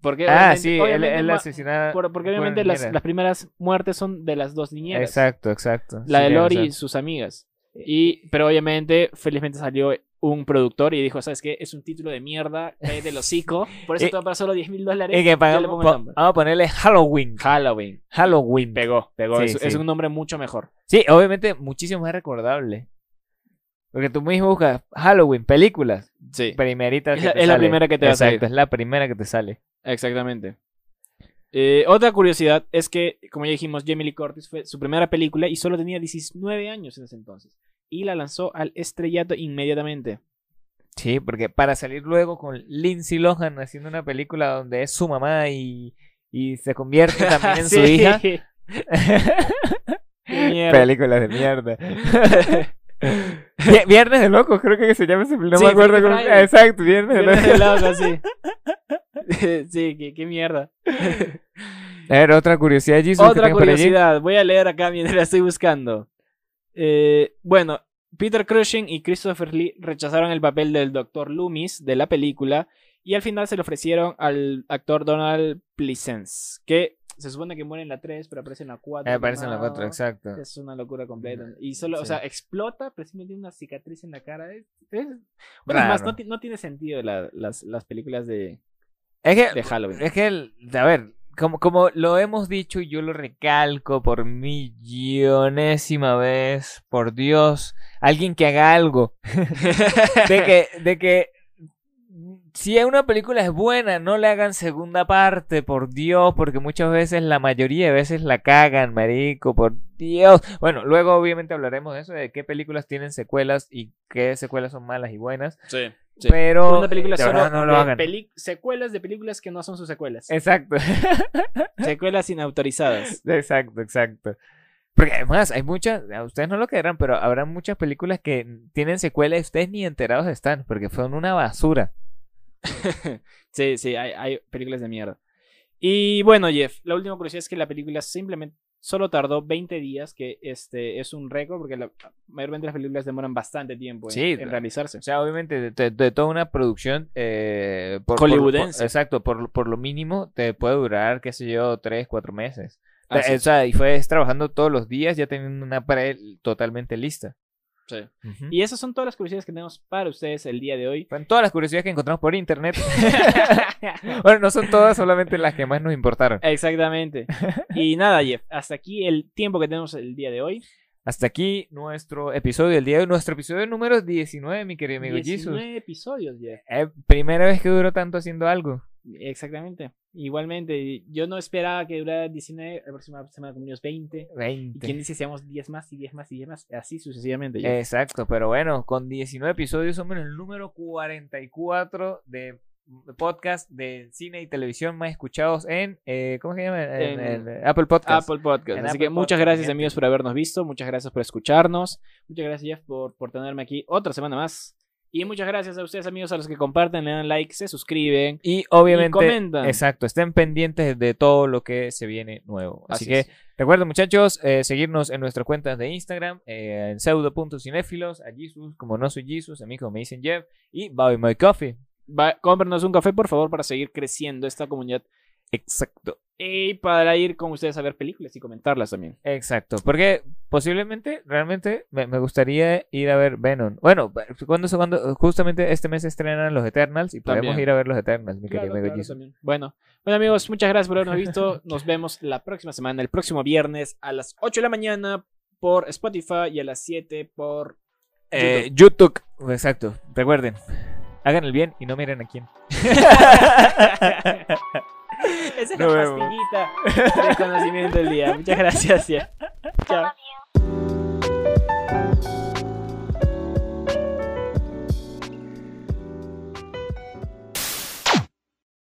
S1: Porque
S2: ah,
S1: obviamente-
S2: sí, él,
S1: obviamente
S2: él
S1: ma-
S2: asesinado.
S1: por- porque obviamente las, las primeras muertes son de las dos niñeras.
S2: Exacto, exacto.
S1: La
S2: Sí,
S1: de
S2: claro,
S1: Lori y
S2: exacto. Eh,
S1: sus amigas. Y, pero obviamente, felizmente salió un productor y dijo, ¿sabes qué? Es un título de mierda, cállate el hocico. Por
S2: <laughs>
S1: eso
S2: Y-
S1: te va a pagar solo 10 mil dólares.
S2: Y que
S1: yo le
S2: pagamos,
S1: pongo el
S2: po-
S1: nombre.
S2: vamos a ponerle Halloween.
S1: Halloween.
S2: Halloween.
S1: Pegó, pegó.
S2: Sí,
S1: es, es
S2: sí.
S1: un nombre mucho mejor.
S2: Sí, obviamente muchísimo más recordable. Porque tú mismo buscas Halloween, películas.
S1: Sí,
S2: Primerita
S1: Es
S2: que
S1: la-
S2: te
S1: es la
S2: sale.
S1: primera que te va a
S2: Exacto,
S1: salir.
S2: es la primera que te sale.
S1: exactamente. Eh, otra curiosidad es que, como ya dijimos, Jamie Lee Curtis fue su primera película y solo tenía 19 años en ese entonces. Y la lanzó al estrellato inmediatamente.
S2: Sí, porque para salir luego con Lindsay Lohan haciendo una película donde es su mamá y, y se convierte
S1: <laughs>
S2: también <laughs> en su
S1: Sí.
S2: hija.
S1: Qué mierda.
S2: Películas de mierda. <laughs>
S1: <laughs>
S2: Vi- Viernes de locos, creo que se llama ese No
S1: Sí,
S2: me acuerdo
S1: Freaky
S2: cómo.
S1: Friday.
S2: Exacto, <laughs> Viernes de
S1: Viernes
S2: locos.
S1: de locos,
S2: <laughs>
S1: sí. <laughs> sí, qué, qué mierda.
S2: A ver, otra curiosidad, Jesus. que
S1: Otra
S2: tengas por allí.
S1: curiosidad, voy a leer acá <laughs> mientras la estoy buscando. Eh, bueno, Peter Cushing y Christopher Lee rechazaron el papel del Dr. Loomis de la película y al final se lo ofrecieron al actor Donald Pleasence, que se supone que muere en la 3, pero aparece en la 4.
S2: Eh, aparece en la cuatro,
S1: animado.
S2: exacto.
S1: Es una locura completa. Y solo, o
S2: Sí.
S1: sea, explota, pero sí me tiene una cicatriz en la cara. Es, es- bueno, es
S2: Raro.
S1: más, no, ti- no tiene sentido la- las, las películas de,
S2: Es que
S1: de Halloween.
S2: Es que, el- a ver, como, como lo hemos dicho y yo lo recalco por millonésima vez, por Dios, alguien que haga algo. <laughs> De que, de que si una película es buena, no le hagan segunda parte, por Dios, porque muchas veces, la mayoría de veces la cagan, marico, por Dios. Bueno, luego obviamente hablaremos de eso, de qué películas tienen secuelas y qué secuelas son malas y buenas.
S1: Sí.
S2: Pero
S1: una película
S2: de
S1: solo
S2: verdad, no lo
S1: de
S2: hagan.
S1: peli- secuelas de películas que no son sus secuelas. <laughs>
S2: Exacto. <laughs>
S1: Secuelas inautorizadas.
S2: Exacto, exacto. Porque además hay muchas, a ustedes no lo creerán, pero habrá muchas películas que tienen secuela y ustedes ni enterados están, porque son una basura.
S1: <laughs> Sí, sí, hay, hay películas de mierda. Y bueno, Jeff, la última curiosidad es que la película simplemente solo tardó 20 días, que este es un récord porque la- mayormente las películas demoran bastante tiempo en,
S2: Sí,
S1: en realizarse.
S2: O sea, obviamente de, de- de toda una producción eh, por- por-
S1: Hollywoodense.
S2: por- exacto, por, por lo mínimo te puede durar, qué sé yo, tres, cuatro meses. O sea,
S1: Así
S2: O sea, y fue trabajando todos los días ya teniendo una pared totalmente lista.
S1: Sí.
S2: Ujú.
S1: Y esas son todas las curiosidades que tenemos para ustedes el día de
S2: <laughs>
S1: hoy.
S2: Fueron todas las curiosidades que encontramos por internet. <laughs> bueno, no son todas, solamente las que más nos importaron.
S1: Exactamente. Y nada, Jeff, hasta aquí el tiempo que tenemos el día de hoy.
S2: Hasta aquí nuestro episodio del día de hoy, nuestro episodio número 19, mi querido amigo
S1: 19
S2: Jesus.
S1: episodios, Jeff.
S2: Eh, primera vez que duró tanto haciendo algo.
S1: Exactamente. Igualmente, yo no esperaba que durara 19, la próxima semana cumplimos 20. ¿Y
S2: 20.
S1: quién dice seamos 10 más y 10 más y 10 más? Así sucesivamente. yo.
S2: Exacto, pero bueno, con 19 episodios somos el número 44 de podcast de cine y televisión más escuchados en, eh, ¿cómo se llama? En,
S1: En
S2: el Apple Podcast.
S1: Ah, Apple Podcast.
S2: En
S1: Así
S2: Apple
S1: que muchas
S2: Podcast,
S1: gracias
S2: gente.
S1: amigos por habernos visto, muchas gracias por escucharnos, muchas gracias Jeff por, por tenerme aquí otra semana más. Y muchas gracias a ustedes amigos a los que comparten, le dan like, se suscriben.
S2: Y obviamente,
S1: Y comentan.
S2: exacto, estén pendientes de todo lo que se viene nuevo. Así, que
S1: es.
S2: recuerden muchachos, eh, seguirnos en nuestras cuentas de Instagram, eh, en pseudo.cinéfilos, a Jesus, como no soy Jesus, a mí como me dicen Jeff, y Bobby My Coffee.
S1: Va- cómprenos un café por favor para seguir creciendo esta comunidad
S2: Exacto.
S1: y para ir con ustedes a ver películas y comentarlas también.
S2: Exacto, porque posiblemente realmente me, me gustaría ir a ver Venom. Bueno, cuando, cuando justamente este mes estrenan los Eternals y podemos
S1: También.
S2: ir a ver los Eternals, mi querido
S1: Claro,
S2: amigo
S1: claro,
S2: Jesus.
S1: también. Bueno, bueno amigos, muchas gracias por habernos visto. Nos vemos la próxima semana, el próximo viernes a las 8 de la mañana por Spotify y a las 7 por...
S2: Eh, YouTube. Exacto, recuerden, hagan el bien y no miren a quién.
S1: Esa es
S2: Nos
S1: la
S2: vemos.
S1: pastillita de conocimiento del día. Muchas gracias. ya.